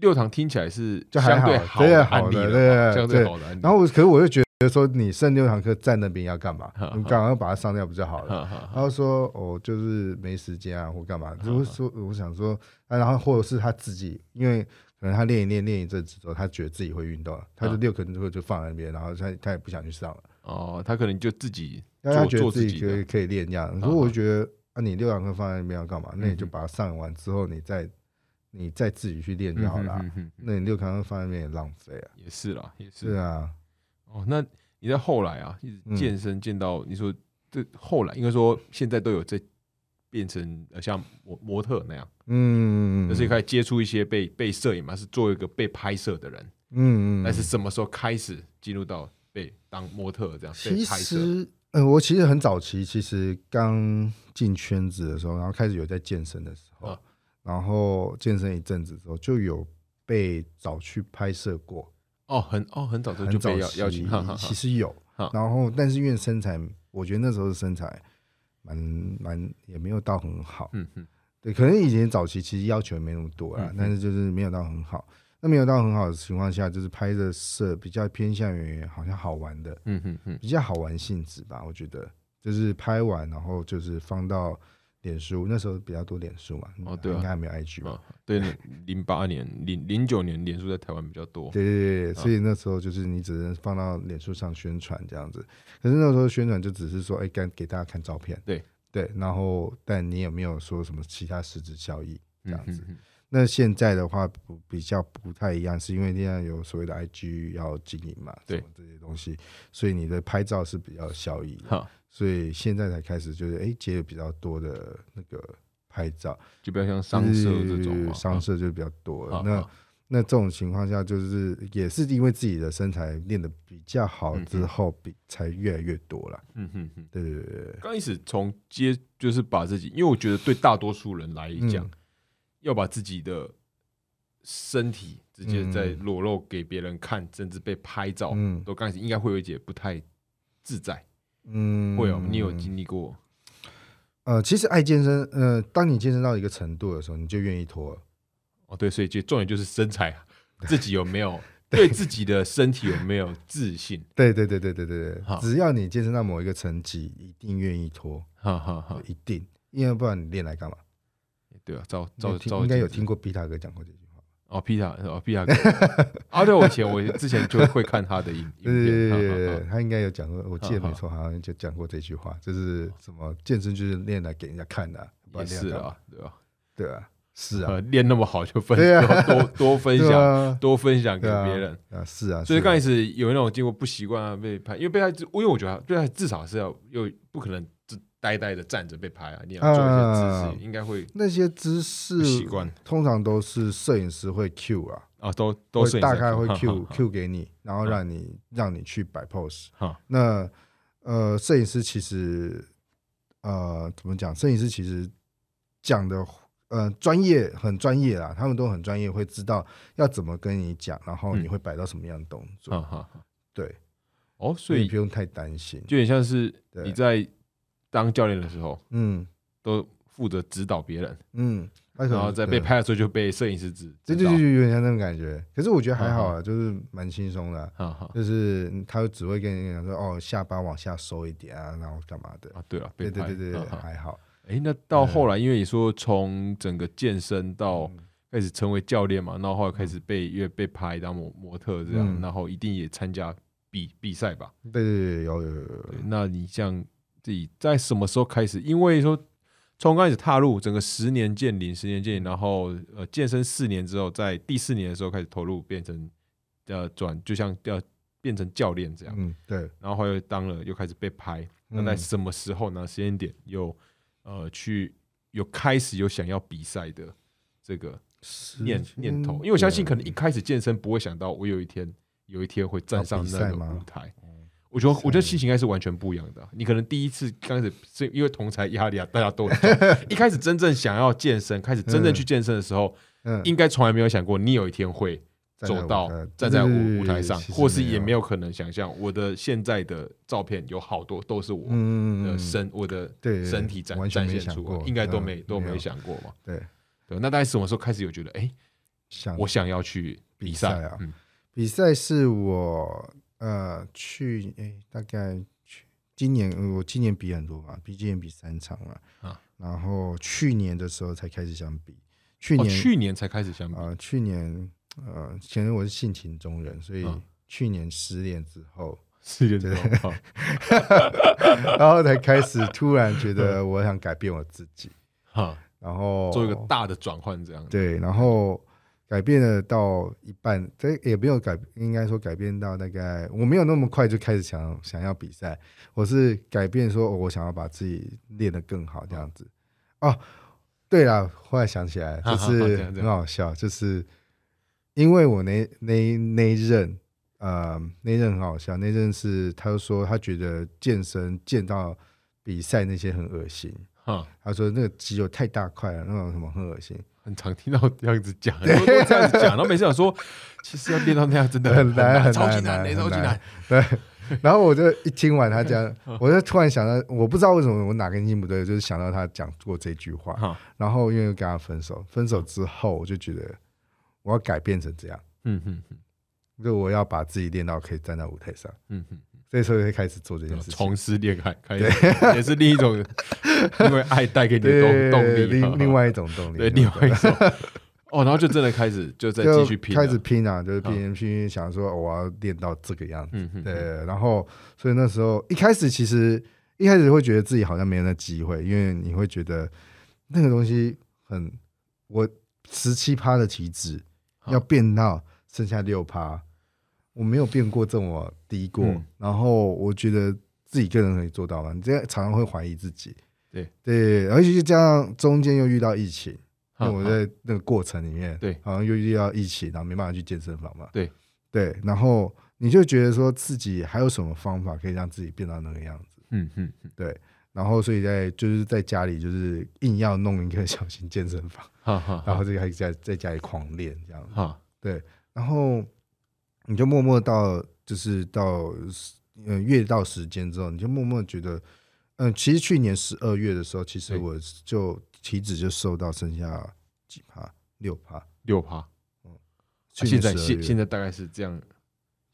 六堂听起来是
就还
相对
好
的
对啊
案
好
例
的
了
对
吧
啊
相对
对
好的案例。
然后我可是我就觉得说，你剩六堂课在那边要干嘛
哈？
你赶快把它上掉不就好了？
哈哈
然
哈，
后说哦，就是没时间啊，或干嘛？如果说我想说，啊、然后或者是他自己，因为可能他练一练练一阵子之后，他觉得自己会运动了，他就
啊
六可能就就放在那边，然后他他也不想去上了，
哦，他可能就自己
但他
做
觉
做
得自
自
己
己
可以
的，
可以练这样。
啊
如果我就觉得啊，你六堂课放在那边要干嘛？那你
嗯
就
哼
把它上完之后，你再你再自己去练就
嗯
好
哼
了啊。
哼哼哼
那你六堂课放在那边也浪费啊。
也是啦，也
是
是。
啊，
哦，那你在后来啊，一直
嗯
健身健到你说这后来，应该说现在都有在变成呃像模模特那样，
嗯，
就是开始接触一些被被摄影嘛，是做一个被拍摄的人。
嗯嗯，
但是什么时候开始进入到被当模特这样
其
被拍摄？
实，嗯、我其实很早期，其实刚进圈子的时候，然后开始有在健身的时候，
啊
然后健身一阵子之后，就有被找去拍摄过，
哦，很哦很早时候
很
就
早
被邀
期
邀请，哈嗯哈哈
其实有
哈，
然后但是因为身材，我觉得那时候的身材蛮蛮也没有到很好，
嗯嗯
对，可能以前早期其实要求也没那么多啦，
嗯嗯
但是就是没有到很好。那没有到很好的情况下，就是拍的摄比较偏向于好像好玩的，
嗯嗯嗯，
比较好玩性质吧，我觉得就是拍完然后就是放到脸书，那时候比较多脸书嘛，嗯
哦对啊
应该还没有 IG 吧？
啊，对，零八年、零零九年，脸书在台湾比较多。
对对
啊
对，所以那时候就是你只能放到脸书上宣传这样子，可是那时候宣传就只是说，哎，给给大家看照片，
对
对，然后但你也没有说什么其他实质效益这
嗯
样子。，
嗯嗯
那现在的话不比较不太一样，是因为现在有所谓的 IG 要经营嘛，
对
什么这些东西，所以你的拍照是比较有效益的。
哈，
所以现在才开始就是哎接的比较多的那个拍照，
就比较像商社这种
就是
嘛
商社就比较多了。
啊
那
啊
那这种情况下，就是也是因为自己的身材练得比较好之后，比才越来越多了。
嗯嗯嗯。
对对对对，
刚开始从接就是把自己，因为我觉得对大多数人来讲，
嗯
要把自己的身体直接在
嗯
裸露给别人看，甚至被拍照，
嗯
都刚开始应该会有一点不太自在。
嗯
会有，哦你有经历过？
呃，其实爱健身，呃，当你健身到一个程度的时候，你就愿意脱了。
哦，对，所以就重点就是身材啊，自己有没有
<laughs>
对自己的身体有没有自信？
对对对对对对对
好，
只要你健身到某一个层级，一定愿意脱，
哈哈哈，
一定，因为不然你练来干嘛？
对啊，照
你有
照
听
照，
应该有听过毕大哥讲过这句话。
哦，皮塔哦，皮
<laughs>
塔哥，啊，对，我以前我之前就会看他的影影
对对
片，哈
对对
哈
对，
哈
他应该有讲过，我记得
好
没错，好像就讲过这句话，就是什么健身就是练来给人家看的、不
也
然练
是
来干嘛，
啊，对吧？
对啊，是啊，
呃，练那么好就分
对啊
多多分
对
享，
啊，
多分享给
对啊
别人。
啊是啊，
所以
是啊
刚开始有那种经过不习惯啊，被拍，因为被拍，因为我觉得对他至少是要又不可能只呆呆的站着被拍啊，你要做一些
啊
姿势，应该会
那些姿
不
势
习惯
通常都是摄影师会 cue 啊，
啊，都都是
会
你在
大概会
看 <laughs>
cue
哈
cue 给你，然后让你让你去摆 pose
哈。
那呃，摄影师其实呃怎么讲？摄影师其实讲的呃专业很专业啦，他们都很专业，会知道要怎么跟你讲，然后你
嗯
会摆到什么样的动作。
哈哈哈
对，
哦，所
所以
以
不用太担心。
就有点像是
对
你在当教练的时候，
嗯
都负责指导别人，
嗯，他可能
然后在被
对
拍的时候就被摄影师指
这
指
就
导
就。有点像那种感觉。可是我觉得还好啊，就是蛮轻松的啊、
哈哈
就是他只会跟你讲说哦，下巴往下收一点啊，然后干嘛的。
啊，对了，被
对对
拍，
对对，对
嗯好
还好。
哎，那到后来，因为你说从整个健身到
嗯
开始成为教练嘛，然后后来开始被因为被拍当模模特这样，
嗯
然后一定也参加比比赛吧？
对对对，有有有有
对，那你像自己在什么时候开始？因为说从刚开始踏入整个十年健龄，十年健
嗯
龄，然后呃健身四年之后，在第四年的时候开始投入，变成呃转，就像要、变成教练这样，
嗯，对，
然后后来又当了，又开始被拍。那
嗯
在什么时候呢？时间点有呃去有开始有想要比赛的这个
时
念
间
念头，因为我相信可能一
点
开始健身不会想到我有一天有一天会站上那
要
个
比赛吗哦
舞台。我觉得我觉得心情应该是完全不一样的啊、你可能第一次刚开始是因为同才压力啊，大家都很
<laughs>
重一开始真正想要健身，开始真正去健身的时候，
嗯
应该从来没有想过你有一天会
站在
走
舞
到
台
站在
对对对
舞舞台
对
上，
其实
或是
没
也
有
没有可能想象我的现在的照片有好多都是我
嗯嗯嗯
的
嗯
身我的
对
身体展
完
展
全没
现
想
出来
过，
应该都
嗯
没都
没
没
有
想过嘛。
对，
对，那大概什么时候开始有觉得，哎，
想
我想要去比赛
啊比赛啊
嗯，
比赛是我呃去诶、大概去今年呃我今年比很多嘛，比今年比三场嘛，
啊
然后去年的时候才开始想比，去
哦，
年、
去年才开始想比
啊、去年呃显然我是性情中人，所以
嗯
去年失恋之后，
四年之后，哦
然后才开始突然觉得我想改变我自己，
哈，
然后
做一个大的转换，这样子。
哦对，然后改变了到一半，这也没有改，应该说改变到大概我没有那么快就开始想想要比赛，我是改变说、哦我想要把自己练得更好这样子。哦，对了，忽然想起来，
哈
就
哈
是
这样这
很
样
好笑，就是因为我那那那一任。呃，那一任很好笑，那一任是他就说他觉得健身见到比赛那些很恶心，
哈，
他说那个肌肉太大块了，那种什么很恶心。
很常听到这样子讲，都都这样子讲，然后每次想
<laughs>
说，其实要练到那样真的
很难
难，
很
超级
难
的，
很
超级
难
难。
<laughs>
嗯
对，然后我就一听完他
<laughs>
讲，我就突然想到，我不知道为什么我哪根筋不对，就是想到他讲过这句话，
哈，
然后因为跟他分手，分手之后我就觉得我要改变成这样，
嗯哼哼
就我要把自己练到可以站在舞台上，
嗯哼，
所以说就开始做这件事情。
从失恋开开始，也是另一种，因为爱带给你的动
对，
动力，哈
另
哈
另外一种动力，
对另外一种。哦，然后就真的开始就再
就
继续拼了，
开始拼啊， <laughs> 就是拼拼，想说哦我要练到这个样子。
嗯哼，
对，然后所以那时候一开始其实一开始会觉得自己好像没有那机会，因为你会觉得那个东西很，我十七趴的体脂
好
要变到剩下六趴，我没有变过这么低过，
嗯
然后我觉得自己个人可以做到吗？你这样常常会怀疑自己。
对
对，而且就加上中间又遇到疫情，
哈
那我在那个过程里面，
嗯对
好像又遇到疫情，然后没办法去健身房嘛，
对
对，然后你就觉得说自己还有什么方法可以让自己变到那个样子，
嗯嗯嗯，
然后所以在就是在家里就是硬要弄一个小型健身房，
哈哈哈
然后就开始在在家里狂练这样，
哈，
然后你就默默到就是到嗯越到时间之后，你就默默觉得，嗯，其实去年十二月的时候，其实
对
我就体脂就瘦到剩下几趴六趴，
六趴。
去
啊现
年
在
12
现
月
现在大概是这样，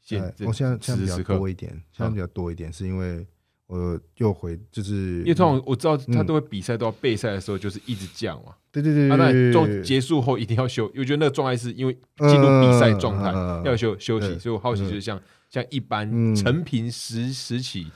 现
啊哎
这
我现在
此
现在比
时
较
此刻
多，一点，现在比较多一点，是因为我又回就是
因为通常我知道他
嗯
都会比赛都要备赛的时候就是一直降嘛，
对对对
啊，那
对
你
对
就结束后一定要休，我觉得那个状态是因为进入比赛状态
嗯嗯嗯嗯
要休休息，
对
所以我好奇就是像像一般
嗯
成平时时起，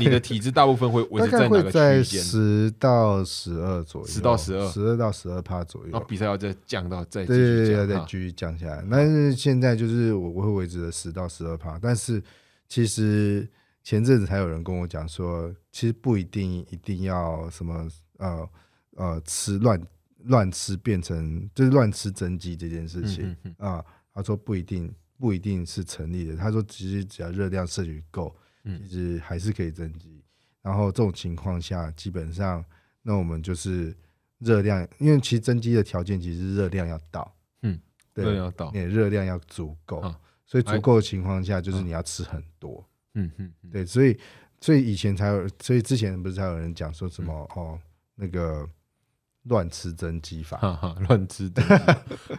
你的体质大部分
<laughs>
会维
大
持在
概
哪
会
个
在
区间？
十到十二左右，
10到12
十二到十二趴左
然后
右。
比赛要再降到再继
对对
续
对，要
降，
再
哈
继续降下来。但是现在就是我我会维持了十到十二趴，但是其实前阵子还有人跟我讲说，其实不一定一定要什么呃呃吃乱乱吃变成就是乱吃增肌这件事情，
嗯嗯
啊，他说不一定不一定是成立的。他说其实只要热量摄取够，
嗯
其实还是可以增肌。然后这种情况下，基本上那我们就是热量，因为其实增肌的条件其实是热量要到，
嗯，
对，
热量要到
你的热量要足够
啊，
所以足够的情况下就是你要吃很多，
嗯嗯嗯，
对，所以所以以前才有，所以之前不是还有人讲说什么、
嗯
哦那个乱吃增
<laughs>
肌法，
哈哈，乱吃增肌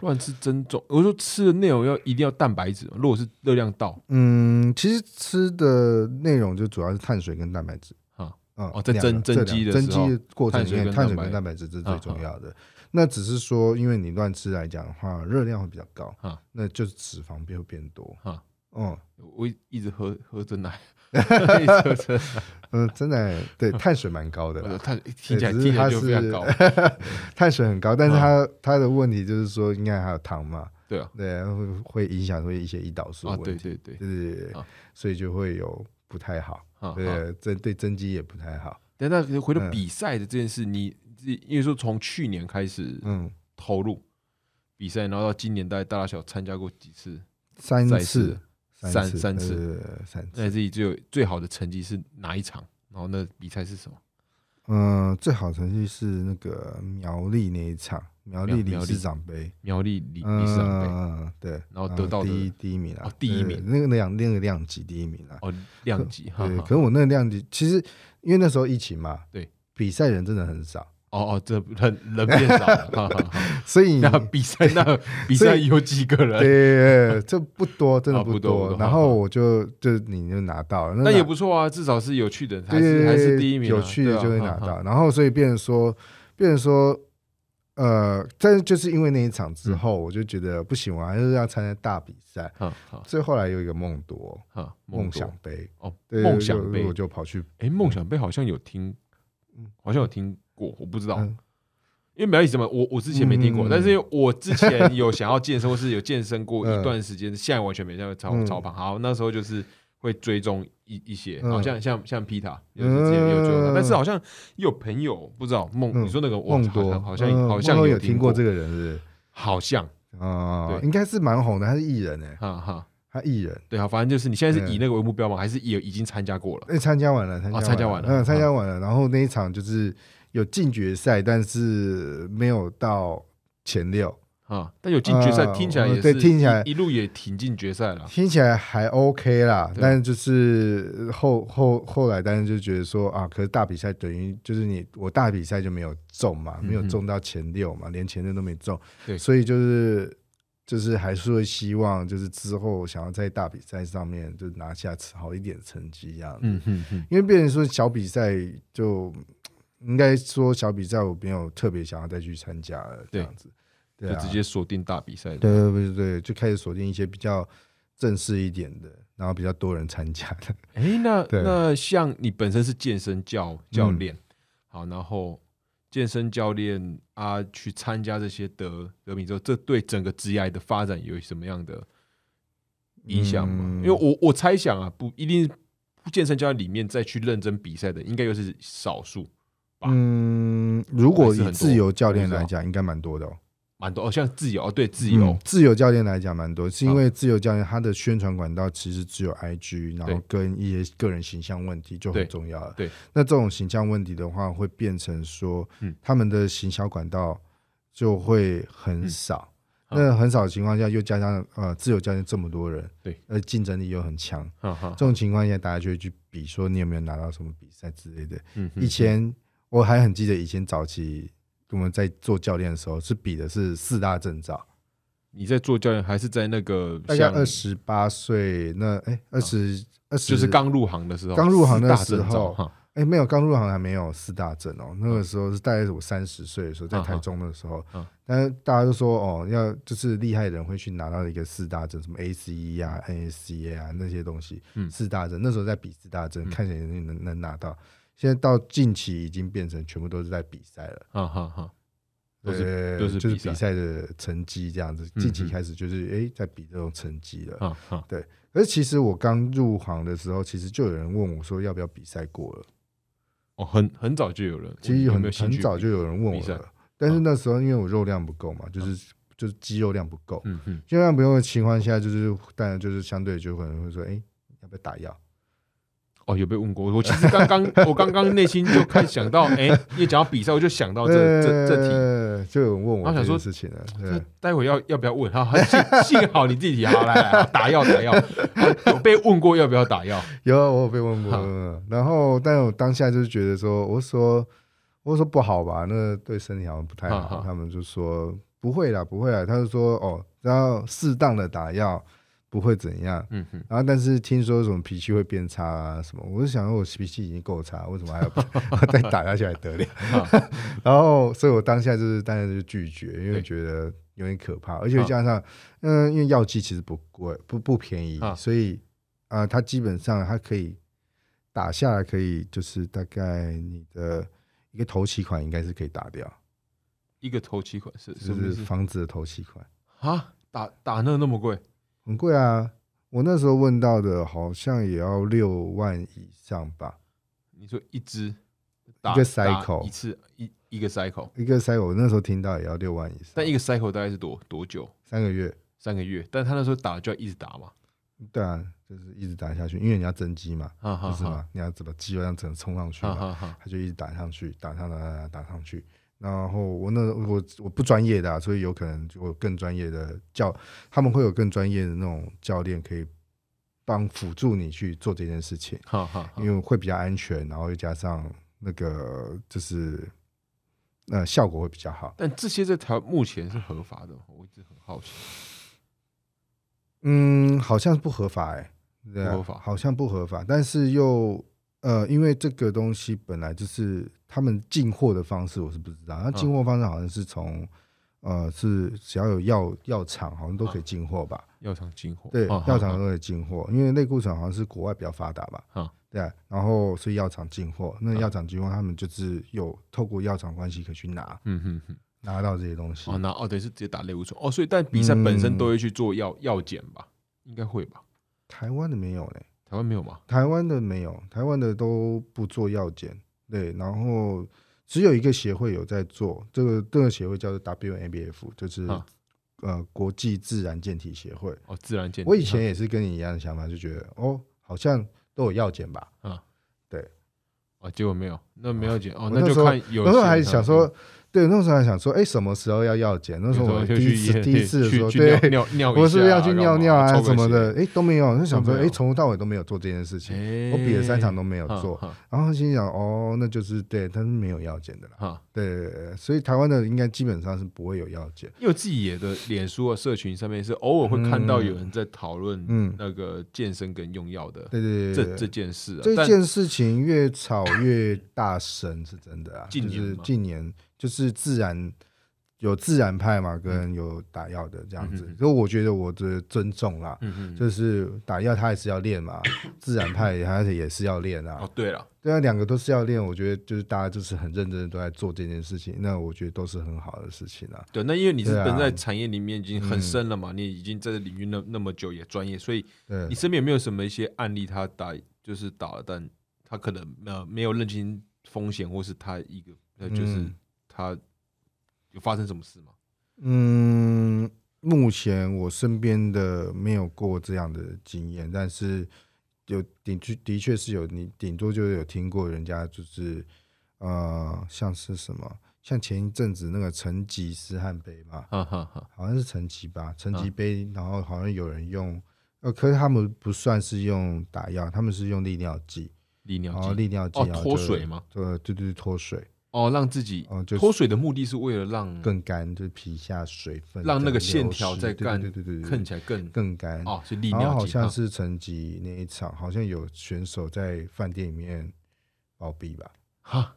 <laughs> 乱吃增重。我说吃的内容要一定要蛋白质嘛，如果是热量到
嗯，其实吃的内容就主要是碳水跟蛋白质
啊。
嗯
哦在
两个
增
这
增肌
两
的
增
时候
肌的过程里面，
碳
碳
水
水
跟蛋
跟蛋
白
白质是
啊
最重要的。那只是说，因为你乱吃来讲的话，热量会比较高
啊，
那就是脂肪会变多
啊。
嗯
我一一直喝喝真奶， <laughs> 一直喝真奶，
嗯，真的对碳水蛮高的
我说
啦，
它 <laughs> 听起来
只
听
是
起来
它
就是非常高，
<laughs>
嗯
碳水很高，但是它它的问题就是说，应该还有糖嘛，
对
<laughs>
啊，
对，会会影响会一些胰岛素
啊
的
对
问题，
对对，
对对对对
啊，
所以就会有不太好，
啊，啊
对，增对增肌也不太好。
但那回到
嗯
比赛的这件事，你因为说从去年开始
嗯，
投入比赛，然后到今年大概大大小小参加过几次，
三
赛
次
事，三
次，
三次
对，对对对三
那你
次。
自己最有最好的成绩是哪一场？然后那比赛是什么？
嗯，最好成绩是那个苗栗那一场，苗
苗
栗理
栗
事长杯，
苗栗理
嗯
理事长杯
嗯，对，
然后得到的
第一第一名啊
哦，第一
对
名
那个量那个量级第一名啊。
哦，量级哈
对，
哈
可是我那个量级其实因为那时候疫情嘛，
对，
比赛人真的很少，
哦哦，这人人变少
<laughs>
了，哈哈哈
所以
<laughs> 那比赛那比赛有几个人？
对，这不多，真
<laughs>
的
啊不多不
多
多。
然后我就就你就拿到了，那
但也
拿
不错啊，至少是有趣的，还
对对
是
对
还是第一名啊，
有趣的
对啊
就会
哈
拿
哈
到。然后所以变成说，变成说，呃，但是就是因为那一场之
嗯
后，我就觉得不行，我还是要参加大比赛。
哈哈
所以后来有一个梦多
哈
梦
多
想杯，
哦，
对
梦想
我
杯
就我，就跑去，
哎，梦想杯好像有听，好像有听过，我不知道，
嗯
因为苗栗什么，我我之前没听过，
嗯
但是因为我之
<laughs>
前有想要健身，或是有健身过
嗯
一段时间，现在完全没在超
嗯
超胖。好，那时候就是会追踪一一些，
嗯
好像像像皮塔，就是之前有追踪他，
嗯
但是好像也有朋友不知道梦，
嗯
你说那个我
梦
好
多
像好像
嗯
好像
梦多
有
有听
过
过这，个人是
好像
不是啊
对，
应该是蛮红的，他是艺人哎，
哈哈，
他艺人。
对啊，好反正就是你现在是以
嗯
那个为目标吗？还是也已经参加过了？
哎，参加完了，参
哦
加
参加完了
嗯，参加完了。然后那一场就是有进决赛，但是没有到前六，
啊，但有进决赛，
呃
听起来也是
对听起来
一一路也挺进决赛了。
听起来还 OK 啦，
啊对
但是就是后后后来，但是就觉得说啊，可是大比赛等于就是你我大比赛就没有中嘛，
嗯哼
没有中到前六嘛，连前六都没中，
对
所以就是就是还是会希望就是之后想要在大比赛上面就拿下好一点成绩这样子，
嗯嗯嗯，
因为变成说小比赛就应该说小比赛我没有特别想要再去参加了这
对
样子，对
就
啊，
直接锁定大比赛了。
对对对对，就开始锁定一些比较正式一点的，然后比较多人参加的。
哎，那
对
那像你本身是健身教教
嗯
练，好，然后健身教练啊，去参加这些得得名之后，这对整个职业的发展有什么样的影响吗？
嗯
因为我我猜想啊，不一定健身教练里面再去认真比赛的，应该又是少数， <laughs> 吧
嗯，如果以自由教练来
还是
讲，应该蛮多的、哦。
蛮多。哦，像自由，哦对自由
嗯，自由教练来讲蛮多，是因为自由教练他的宣传管道其实只有 IG，然
对
后跟一些个人形象问题就
对
很重要了。
对，
那这种形象问题的话，会变成说，
嗯
他们的行销管道就会很
嗯
少。
好
那很少的情况下，又加上呃自由教练这么多人，
对，
呃竞争力又很强，
哈哈，
这种情况下，大家就会去比说你有没有拿到什么比赛之类的。
嗯哼
以前我还很记得，以前早期我们在做教练的时候，是比的是四大证照，
你在做教练还是在那个
大概
像
二十八岁那哎二十二十
就是刚入行的时候，
刚入行的
四大证
时候
照哈，
哎没有刚入行还没有四大证哦，那个时候是大概是我三十岁的时候，在
嗯
台
嗯
中的时候
嗯，
但是大家都说哦要就是厉害的人会去拿到一个四大证，什么 ACE 啊、NSCA 啊那些东西，
嗯
四大证那时候在比四大证，
嗯
看谁能能能拿到。现在到近期已经变成全部都是在比赛了。
哈啊哈哈，都是
对，
都是
就是
比赛
比赛的成绩这样子。
嗯
近期
嗯
开始就是哎、诶在比这种成绩了。
哈啊哈，
而其实我刚入行的时候，其实就有人问我说要不要比赛过了。
哦，很很早就有人，
其实
有
很
没有兴
很
趣？
早就有人问
比
我
赛哦
了，但是那时候因为我肉量不够嘛，就是就是肌肉量不够，
嗯嗯，
肌肉量不够的情况下，就是当然就是相对就可能会说，哎、要不要打药？
哦，有被问过。我其
<laughs>
哦实刚刚，我刚刚内心就开始想到，哎，一讲到比赛，我就想到这这这题，
对，就有人问
然
我
后想
这
说
件事情了，
这
对，
待会要要不要问？好，幸幸好你自己好来来好打药打药，有被问过要不要打药？
有啊我有被问过
好，
嗯然后但我当下就是觉得说，我说我说不好吧，那对身体好像不太
好
好，
好
他们就说不会啦，不会啦，他就说哦，然后适当的打药不会怎样，
嗯哼，
然后啊但是听说什么脾气会变差啊什么，我就想说我脾气已经够差，为什么还要 <laughs> 再打下去还得了？然后所以我当下就是当然就拒绝，因
对
为觉得有点可怕，而且加上嗯，因为药剂其实不贵，不不便宜
啊，
所以啊、呃它基本上它可以打下来，可以就是大概你的一个头期款应该是可以打掉，
一个头七款是
就是
不
是
是
房子的头期款。
啊？打打那那么贵？
很贵啊！我那时候问到的，好像也要六万以上吧。
你说一支打
一个 cycle
打一次一一个 cycle，
一个 cycle，我那时候听到也要六万以上，
但一个 cycle 大概是多多久？
三个月。
三个月，但他那时候打就要一直打嘛，
对啊，就是一直打下去，因为你要增肌嘛，
哈
不
哈
是
哈，
吗？你要怎么肌肉量整个冲上去
哈
嘛？
哈哈，
他就一直打上去，打上打打打打上去。然后我那我我不专业的、啊，所以有可能就有更专业的教，他们会有更专业的那种教练可以帮辅助你去做这件事情。
哈哈哈
因，为会比较安全，然后又加上那个就是呃效果会比较好。
但这些在台湾目前是合法的吗，我一直很好奇。
嗯，好像不合法哎、对啊
不合法
好像不合法，但是又呃，因为这个东西本来就是他们进货的方式，我是不知道。那
嗯
进货方式好像是从。呃，是只要有药药厂，好像都
嗯
可以进货吧？
药厂进货，
对，
哈哈
药厂都可以进货，因为类固醇好像是国外比较发达吧？
哦嗯
对啊，然后所以药厂进货，那
嗯
药厂进货，他们就是有透过药厂关系可以去拿，
嗯哼哼。
拿到这些东西
哦，。那哦，对，是直接打类固醇哦，所以但比赛本身都
嗯
会去做药药检吧，应该会吧？
台湾的没有嘞，
台湾没有吗？
台湾的没有，台湾的都不做药检。对，然后只有一个协会有在做，这个这个协会叫做 WMBF，就是、
啊
呃国际自然健体协会。
哦，自然检。
我以前也是跟你一样的想法，就觉得哦，好像都有药检吧。
哦，结果没有，那没有检哦
我，
那
那
就
时候
看有。啊
那时候还想说，对，那时候还想说，哎，什么时候要药检？那
有
时
时
候
候
我
就
第一
去
次
夜
第一次的
去
时候，
去 <laughs> 尿
对，
尿尿一下啊，
我 <laughs> 是不是要去尿尿啊
干嘛
什么的？？哎，都没有，就想
都
说，
没有
哎，从头到尾都没有做这件事情。
哎，啊
我比了三场都没有做，
哈
然后心想哦，那就是对，他是没有药检的啦。
哈哈，
对对对，对所以台湾的应该基本上是不会有药检。
因为我自己也的脸书啊社群上面是偶尔会看到
嗯
有人在讨论
嗯，
那个健身跟用药的
对对对
这
对
这
对，
件事啊，
这
但
件事情越吵越大声是真的啊。
近年
就是
吗
近年就是自然有自然派嘛，跟有打药的这样子
嗯嗯哼，
所以我觉得我的尊重啦。
嗯嗯，
就是打药，他也是要
<coughs>
练嘛；自然派他也是要练啊
哦。对了，
对啊，两个都是要练，我觉得就是大家就是很认真的都在做这件事情，那我觉得都是很好的事情啊。
对，那因为你是
对啊
本在产业里面已经很
嗯
深了嘛，你已经在这领域那那么久也专业，所以
对，
你身边有没有什么一些案例，他打就是打了，但他可能呃没有认清风险，或是他一个呃就是
嗯
他有发生什么事吗？
嗯，目前我身边的没有过这样的经验，但是有顶确的确是有，你顶多就有听过人家就是呃，像是什么，像前一阵子那个成吉思汗杯嘛，
哈哈哈，
好像是成吉吧，成
嗯
吉杯，然后好像有人用，呃，可是他们不算是用打药，他们是用利尿剂，
利尿
然后
剂
利尿剂
哦
然后
脱
就
水吗？
对对对，脱水，
哦，让自己
嗯，就是
脱水的目的是为了让
更干，就是皮下水分
让那个
这样
线
流
条
失
在
对对
干
对对对对
看起来更
更干。
哦是利
然后
尿
好
剂，
像
啊
是成绩那一场，好像有选手在饭店里面暴毙吧？
哈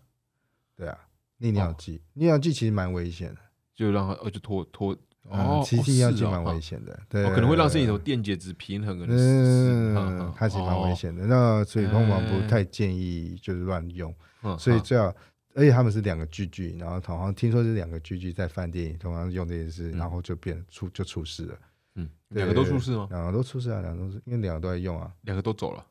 对啊，利尿剂，
哦
利尿剂其实蛮危险的。
就让他哦就脱脱
嗯
哦，
其
哦
实利尿
是
剂
哦
蛮
哈
危险的，对，
哦，可能会让身体有电解质平衡，可能是
嗯，它其实蛮危。
哈哈
险的。那所以通常
哎
不太建议就是乱用，
哦哦嗯
所以
哈
最好。而且他们是两个聚聚，然后好像听说是两个聚聚在饭店里通常用这件事，
嗯
然后就变出就出事了，
嗯，
对
两个都出事吗？
两个都出事啊，两个都是因为两个都在用啊。
两个都走了。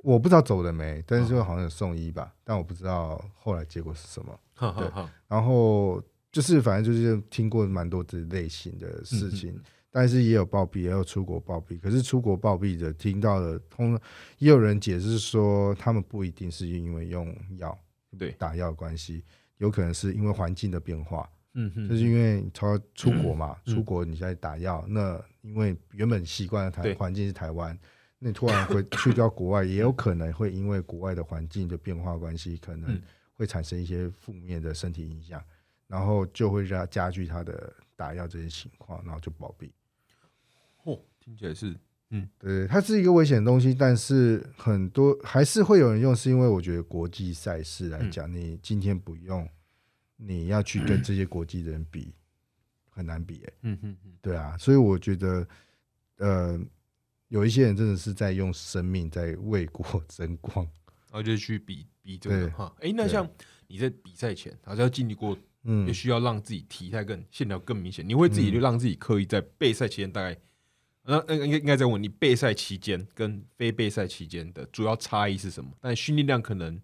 我不知道走了没，但是就好像有送医吧，但我不知道后来结果是什么。
哈哈
对
哈，
然后就是反正就是听过蛮多这类型的事情，但是也有暴毙，也有出国暴毙。可是出国暴毙的，听到的通也有人解释说，他们不一定是因为用药
对
打药的关系，有可能是因为环境的变化，
嗯哼，
就
嗯
是因为他出国嘛，
嗯
出国你在打药，那因为原本习惯的台
对
环境是台湾，那你突然回去到国外，也有可能会因为国外的环境的变化关系，可能
嗯
会产生一些负面的身体影响，然后就会让加剧他的打药这些情况，然后就暴毙。
哦，听起来是
对，它是一个危险的东西，但是很多还是会有人用，是因为我觉得国际赛事来讲，你今天不用，你要去跟这些国际人比，很难比、欸。
嗯嗯嗯，
对啊，所以我觉得，呃，有一些人真的是在用生命在为国 <laughs> 争光。
然后就去比比这个
对
哈。哎，那像你在比赛前，还是要经历过，
嗯
也，需要让自己体态更线条更明显。你会自己
嗯
就让自己刻意在备赛期间大概，那那应该应该在问你备赛期间跟非备赛期间的主要差异是什么？但训练量可能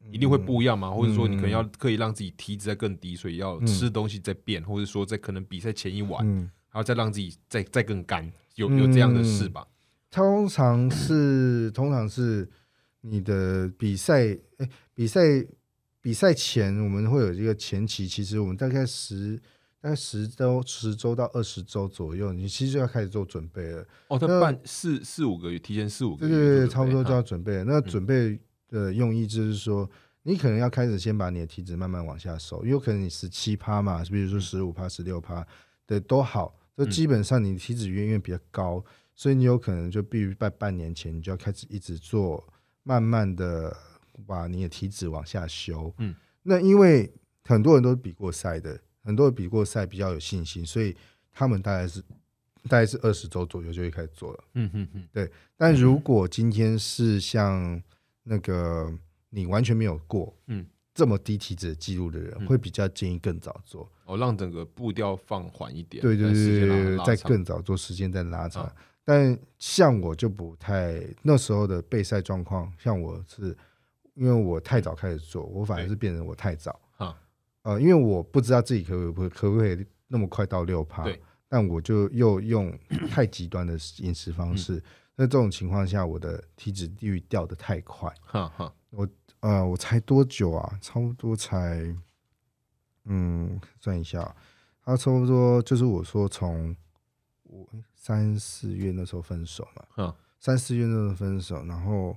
嗯
一定会不一样嘛，或者说你可能要刻意让自己体脂在更低，所以要吃东西在变，或者说在可能比赛前一晚，
嗯，
然后再让自己再再更干，有有这样的事吧？
通常是通常是你的比赛，哎、比赛比赛前我们会有一个前期，其实我们大概十大概十周十周到二十周左右，你其实就要开始做准备了。
哦，他
那
办四四五个月，提前四五个
对
月做准备，
对对，差不多就
哈嗯
要准备了。那准备的用意就是说，你可能要开始先把你的体脂慢慢往下收，有可能你十七趴嘛，比
嗯
如说十五趴、十六趴的都好，这基本上你体脂远远比较高，所以你有可能就必须在半年前你就要开始一直做，慢慢的把你的体脂往下修。
嗯，
那因为很多人都比过赛的，很多人比过赛比较有信心，所以他们大概是大概是二十周左右就会开始做了。
嗯嗯嗯，
但如果今天是像那个你完全没有过，
嗯，
这么低体脂的记录的人，
嗯
会比较建议更早做。
哦，让整个步调放缓一点，
对对
但时
对
间让它
对对，
拉
再
长
更早做，时间再拉长
啊。
但像我就不太那时候的备赛状况，像我是因为我太早开始做，我反而是变成我太早，
哈，
呃，因为我不知道自己可不可以可不可以那么快到六趴
对，
但我就又用太极端的饮食方
嗯
式。那这种情况下，我的体脂率掉的太快，
哈哈，
呃，我才多久啊？差不多才，嗯，算一下啊，他差不多就是我说从我三四月那时候分手嘛，
哈，
三四月那时候分手，然后，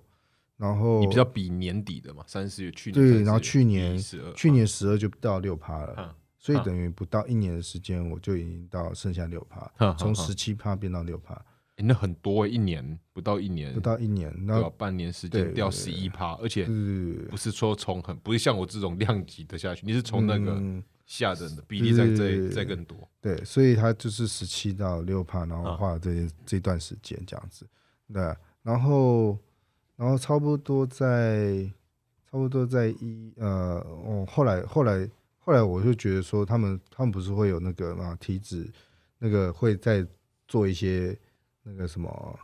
然后
你比较比年底的嘛，三四月去年
对
三四
然后
月
去年
十二，
去年十二就到六趴了，
哈
所以
啊
等于不到一年的时间，我就已经到剩下六趴，
哈，
从
哈
十七趴变到六趴，
欸那很多欸一年不到一年，
不到一年，
对啊
那
吧？半年时间
对
掉
对
十
对
一趴，而且
对对对
不是说从很不是像我这种量级的下去，你是从那个
嗯
下等的比例再
对对
再
对
再更多，
对，所以他就是十七到六趴，然
啊
后花了这、这段时间这样子。对，啊然后然后差不多在差不多在一呃，我后来后来后来我就觉得说，他们他们不是会有那个嘛体脂那个会在做一些那个什么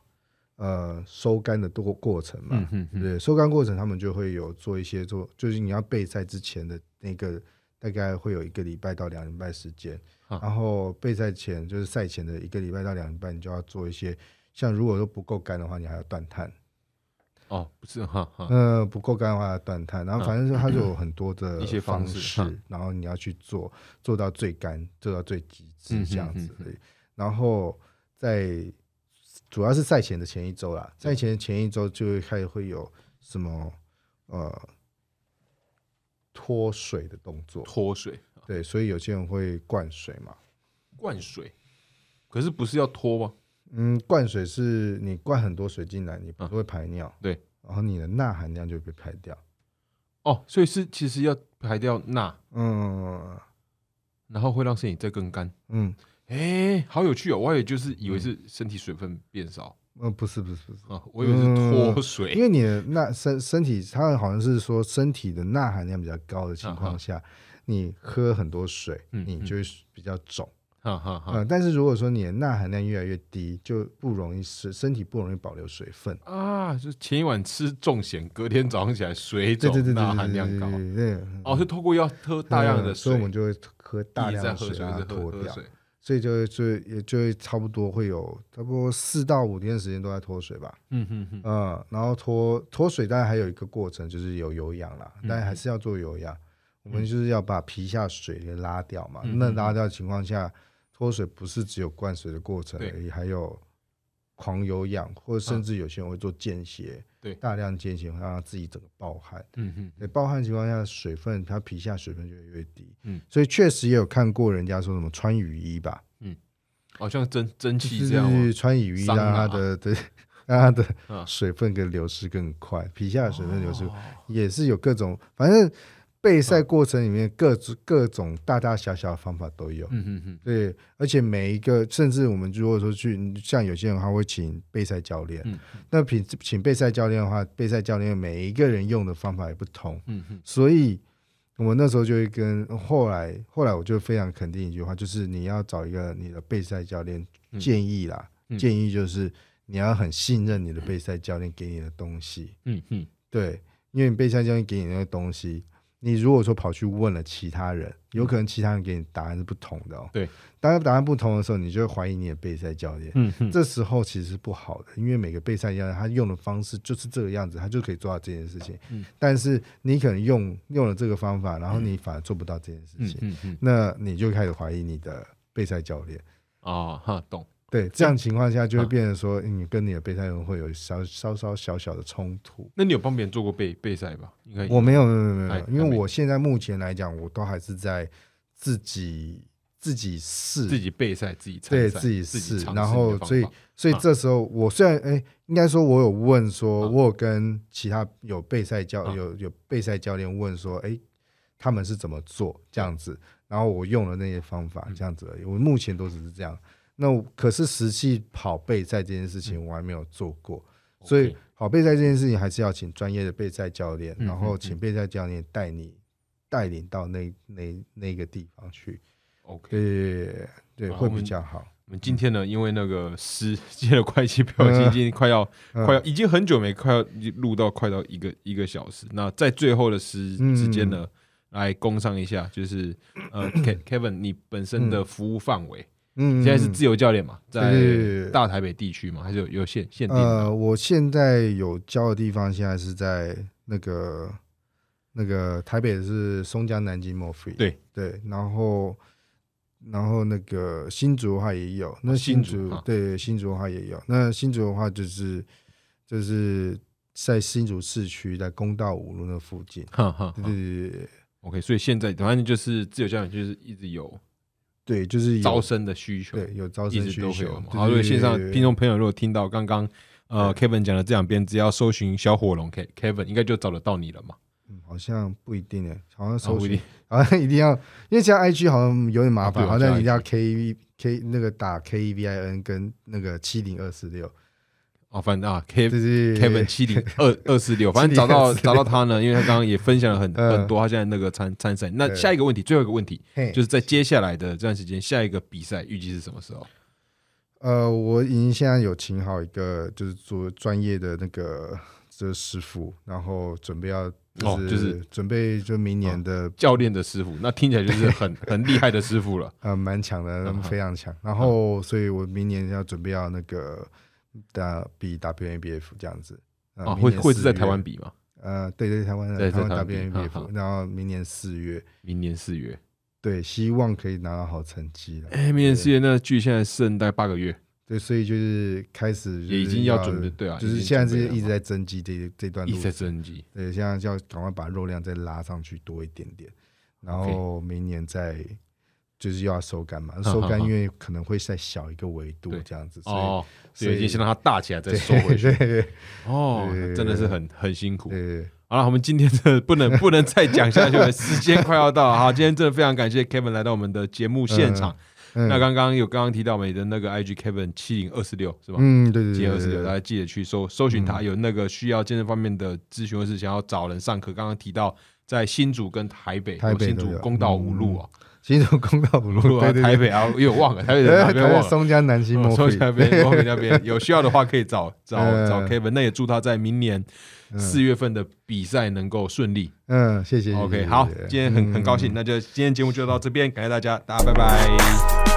呃收干的过过程嘛，
嗯哼哼，
对，收干过程他们就会有做一些做，就是你要备赛之前的那个大概会有一个礼拜到两礼拜时间，
啊
然后备赛前就是赛前的一个礼拜到两礼拜，你就要做一些像如果说不够干的话，你还要断碳，
哦，不是哈哈，
呃，不够干的话要断碳，然后反正就它就有很多的
嗯一些方式
式，
嗯
然后你要去做，做到最干，做到最极致
嗯
这样
哼
子
哼
而已。然后在主要是赛前的前一周啦，赛前的前一周就会开始会有什么呃脱水的动作，
脱水
对，所以有些人会灌水嘛，
灌水，可是不是要脱吗？
嗯，灌水是你灌很多水进来，你不会排尿，
嗯对，
然后你的钠含量就被排掉，
哦，所以是其实要排掉钠，
嗯
然后会让身体再更干。
嗯。
哎，好有趣哦！我也就是以为是身体水分变少
呃，不是不是不是，
啊，我以为是
嗯
脱水
因。为你的钠身身体，它好像是说身体的钠含量比较高的情况下，你喝很多水，
嗯啊
你就会比较肿。
哈哈哈
呃，但是如果说你的钠含量越来越低，就不容易身身体不容易保留水分。
啊！就前一晚吃重咸，隔天早上起来水
对
肿
对对，对
钠含量高
对。对对对
哦，是透过要喝大量的
嗯所
水，
以我们就会喝大
一直
量
在
的
喝
水
水，一
让它
直喝
脱
喝
掉，
水。
所以就会就会也就会差不多会有差不多四到五天的时间都在脱水吧。
嗯哼哼，
嗯，然后脱脱水，当然还有一个过程，就是有有氧啦，但还是要做有氧。我们就是要把皮下水给拉掉嘛。
嗯
那
嗯
拉掉的情况下，脱水不是只有灌水的过程
对
而已，还有狂有氧，或者甚至有些人会做间歇，
对
大量间歇会让自己整个暴汗。
嗯嗯
对，暴汗的情况下，水分它皮下水分就会越低。
嗯，
所以确实也有看过人家说什么穿雨衣吧，
好哦像蒸蒸
就
汽这样
是
吗？
穿雨衣
桑
让
拿
它的对， <laughs> 让它
嗯
的水分跟流失更快，皮下的水分流失
哦
也是有各种，反正备赛过程里面各种各种大大小小的方法都有。
嗯嗯嗯，
对，而且每一个，甚至我们如果说去，像有些人他会请备赛教练，
嗯
那请请备赛教练的话，备赛教练每一个人用的方法也不同，
嗯嗯
所以我那时候就会跟后来后来我就非常肯定一句话，就是你要找一个你的备赛教练
嗯
建议啦，
嗯
建议就是你要很信任你的备赛教练给你的东西，
嗯嗯，
对，因为你备赛教练给你那个东西，你如果说跑去问了其他人，有可能其他人给你答案是不同的哦。
嗯对，
当答案不同的时候，你就会怀疑你的备赛教练。
嗯嗯
这时候其实是不好的，因为每个备赛教练他用的方式就是这个样子，他就可以做到这件事情。
嗯
但是你可能用用了这个方法，然后你反而做不到这件事
嗯
情，
嗯嗯，
那你就开始怀疑你的备赛教练。
哦哈，懂，
对，这样情况下就会变成说，
嗯
你跟你的备赛员会有稍稍稍小小的冲突。
那你有帮别人做过备备赛吧？应该有
我没有，没有，没有没
哎
有，因
还没
为我现在目前来讲，我都还是在自己自己试，
自己备赛，自己参
对
赛
自己
自
试
尝，试
然
你
后
的方
所以
法
所以
啊
这时候我虽然哎，应该说我有问说，
啊
我有跟其他有备赛教
啊
有有备赛教练问说，哎，他们是怎么做这样子，然后我用了那些方法
嗯
这样子而已，我目前都只是这样。那我可是实际跑备赛这件事情我还没有做过，所
嗯
以
OK
跑备赛这件事情还是要请专业的备赛教练，
嗯
然后
嗯
请
嗯
备赛教练带你带领到那那那个地方去，
OK，
对对，
好
会
我
比
们
较好。
我们今天呢，因为那个时间的关系，不小心已经快要、
嗯
快要已经很久没快要录到快到一个一个小时。那在最后的时
嗯
之间呢，来工商一下，就是
<coughs>
呃 Ke-，Kevin，你本身的服务范围、
嗯，
现在是
嗯
自由教练嘛，
对对
在
对
大台北地区嘛，还是有有限限定的？
呃，我现在有教的地方，现在是在那个那个台北是松江、南京、莫非，
对
对，然后然后那个新竹的话也有，那
新
新
竹
竹
啊
对新竹的话也有，那新竹的话就是就是在新竹市区，在公道五路那附近，
哈哈
对对对对
OK，所以现在反正就是自由教练，就是一直有
对，就是有
招生的需求，
对有招
一
生
直
需
都会
求
有嘛。，
对
好，如果线上
对对对
听众朋友如果听到刚刚呃 Kevin 讲的这两边，只要搜寻小火龙 K Kevin，应该就找得到你了嘛。
嗯好像不一定诶，好像
啊
搜
不一
寻
定
好像一定要，因为现在 IG 好像有点麻
啊对
烦，
啊
好像一定要
加
K V K 那个打 K E V I N 跟那个七零二四六，
哦，反正啊 K
对对对
Kevin 七零二二四六，反正找到
72
找到他呢，因为他刚刚也分享了很
嗯
很多他现在那个参参赛。那
对
下一个问题，最后一个问题，
嘿
就是在接下来的这段时间，下一个比赛预计是什么时候？
呃，我已经现在有请好一个就是做专业的那个这师傅，然后准备要
哦
就是、
就是哦
准备就明年的
教练的师傅，那听起来就是 <laughs> 很很厉害的师傅了。
呃蛮强的
嗯，
非常强。然后所以我明年要准备要那个打比 WNBF 这样子。呃
啊，
明
会
年
会是
四
在台
月
湾比吗？
呃，对对，台湾
对在
的台湾
台湾比哈哈
WNBF，然后明年四月，
明年四月，
对，希望可以拿到好成绩了。
哎，明年四月，那距现在剩大概八个月，
对，所以就是开始就是
也已经要准备，，对啊，
就
已
是
经
现在
准备
是
了
一直
嘛
在增肌这这段
一
路
直，在增肌。
对，现在就要赶快把肉量再拉上去多一点点，然
OK
后明年再就是又要收杆嘛，
哈
收
哈
杆
哈
因为可能会再小一个维度
对
这样子，所
哦，
以
所以已经先让它大起来再收
以
回去。
<laughs> 对对
哦，
对
那真的是很很辛苦。
对，
好了，我们今天真的不能不能再讲下去了，时间快要到
<laughs>
了。好，今天真的非常感谢 Kevin 来到我们的节目现场。那
嗯
刚刚有刚刚提到我们的那个 IG Kevin 七零二四六是吧？
嗯，对对
七
对
零二
对
四
对嗯
六，大家
对，
记得去搜搜寻他，有那个需要健身方面的咨询，或是想要找人上课。刚刚提到在新竹跟台北，
台北
新
都
竹
有
公道五路啊，
新竹公道五
五路
路，
啊，
<laughs> 对对
台
对，
北啊，因为我忘了台北在
<laughs>
哪
台
边忘
北
了。
松江南京
嗯
莫
抽
非
起，来
<laughs>
边，莫比那边有需要的话可以找找
呃
找 Kevin，那也祝他在明年
嗯
四月份的比赛能够顺利。
嗯，谢谢谢谢
OK，
谢
好
谢，
今天很
嗯
很高兴，那就今天节目就到这边，感谢大家，大家拜拜。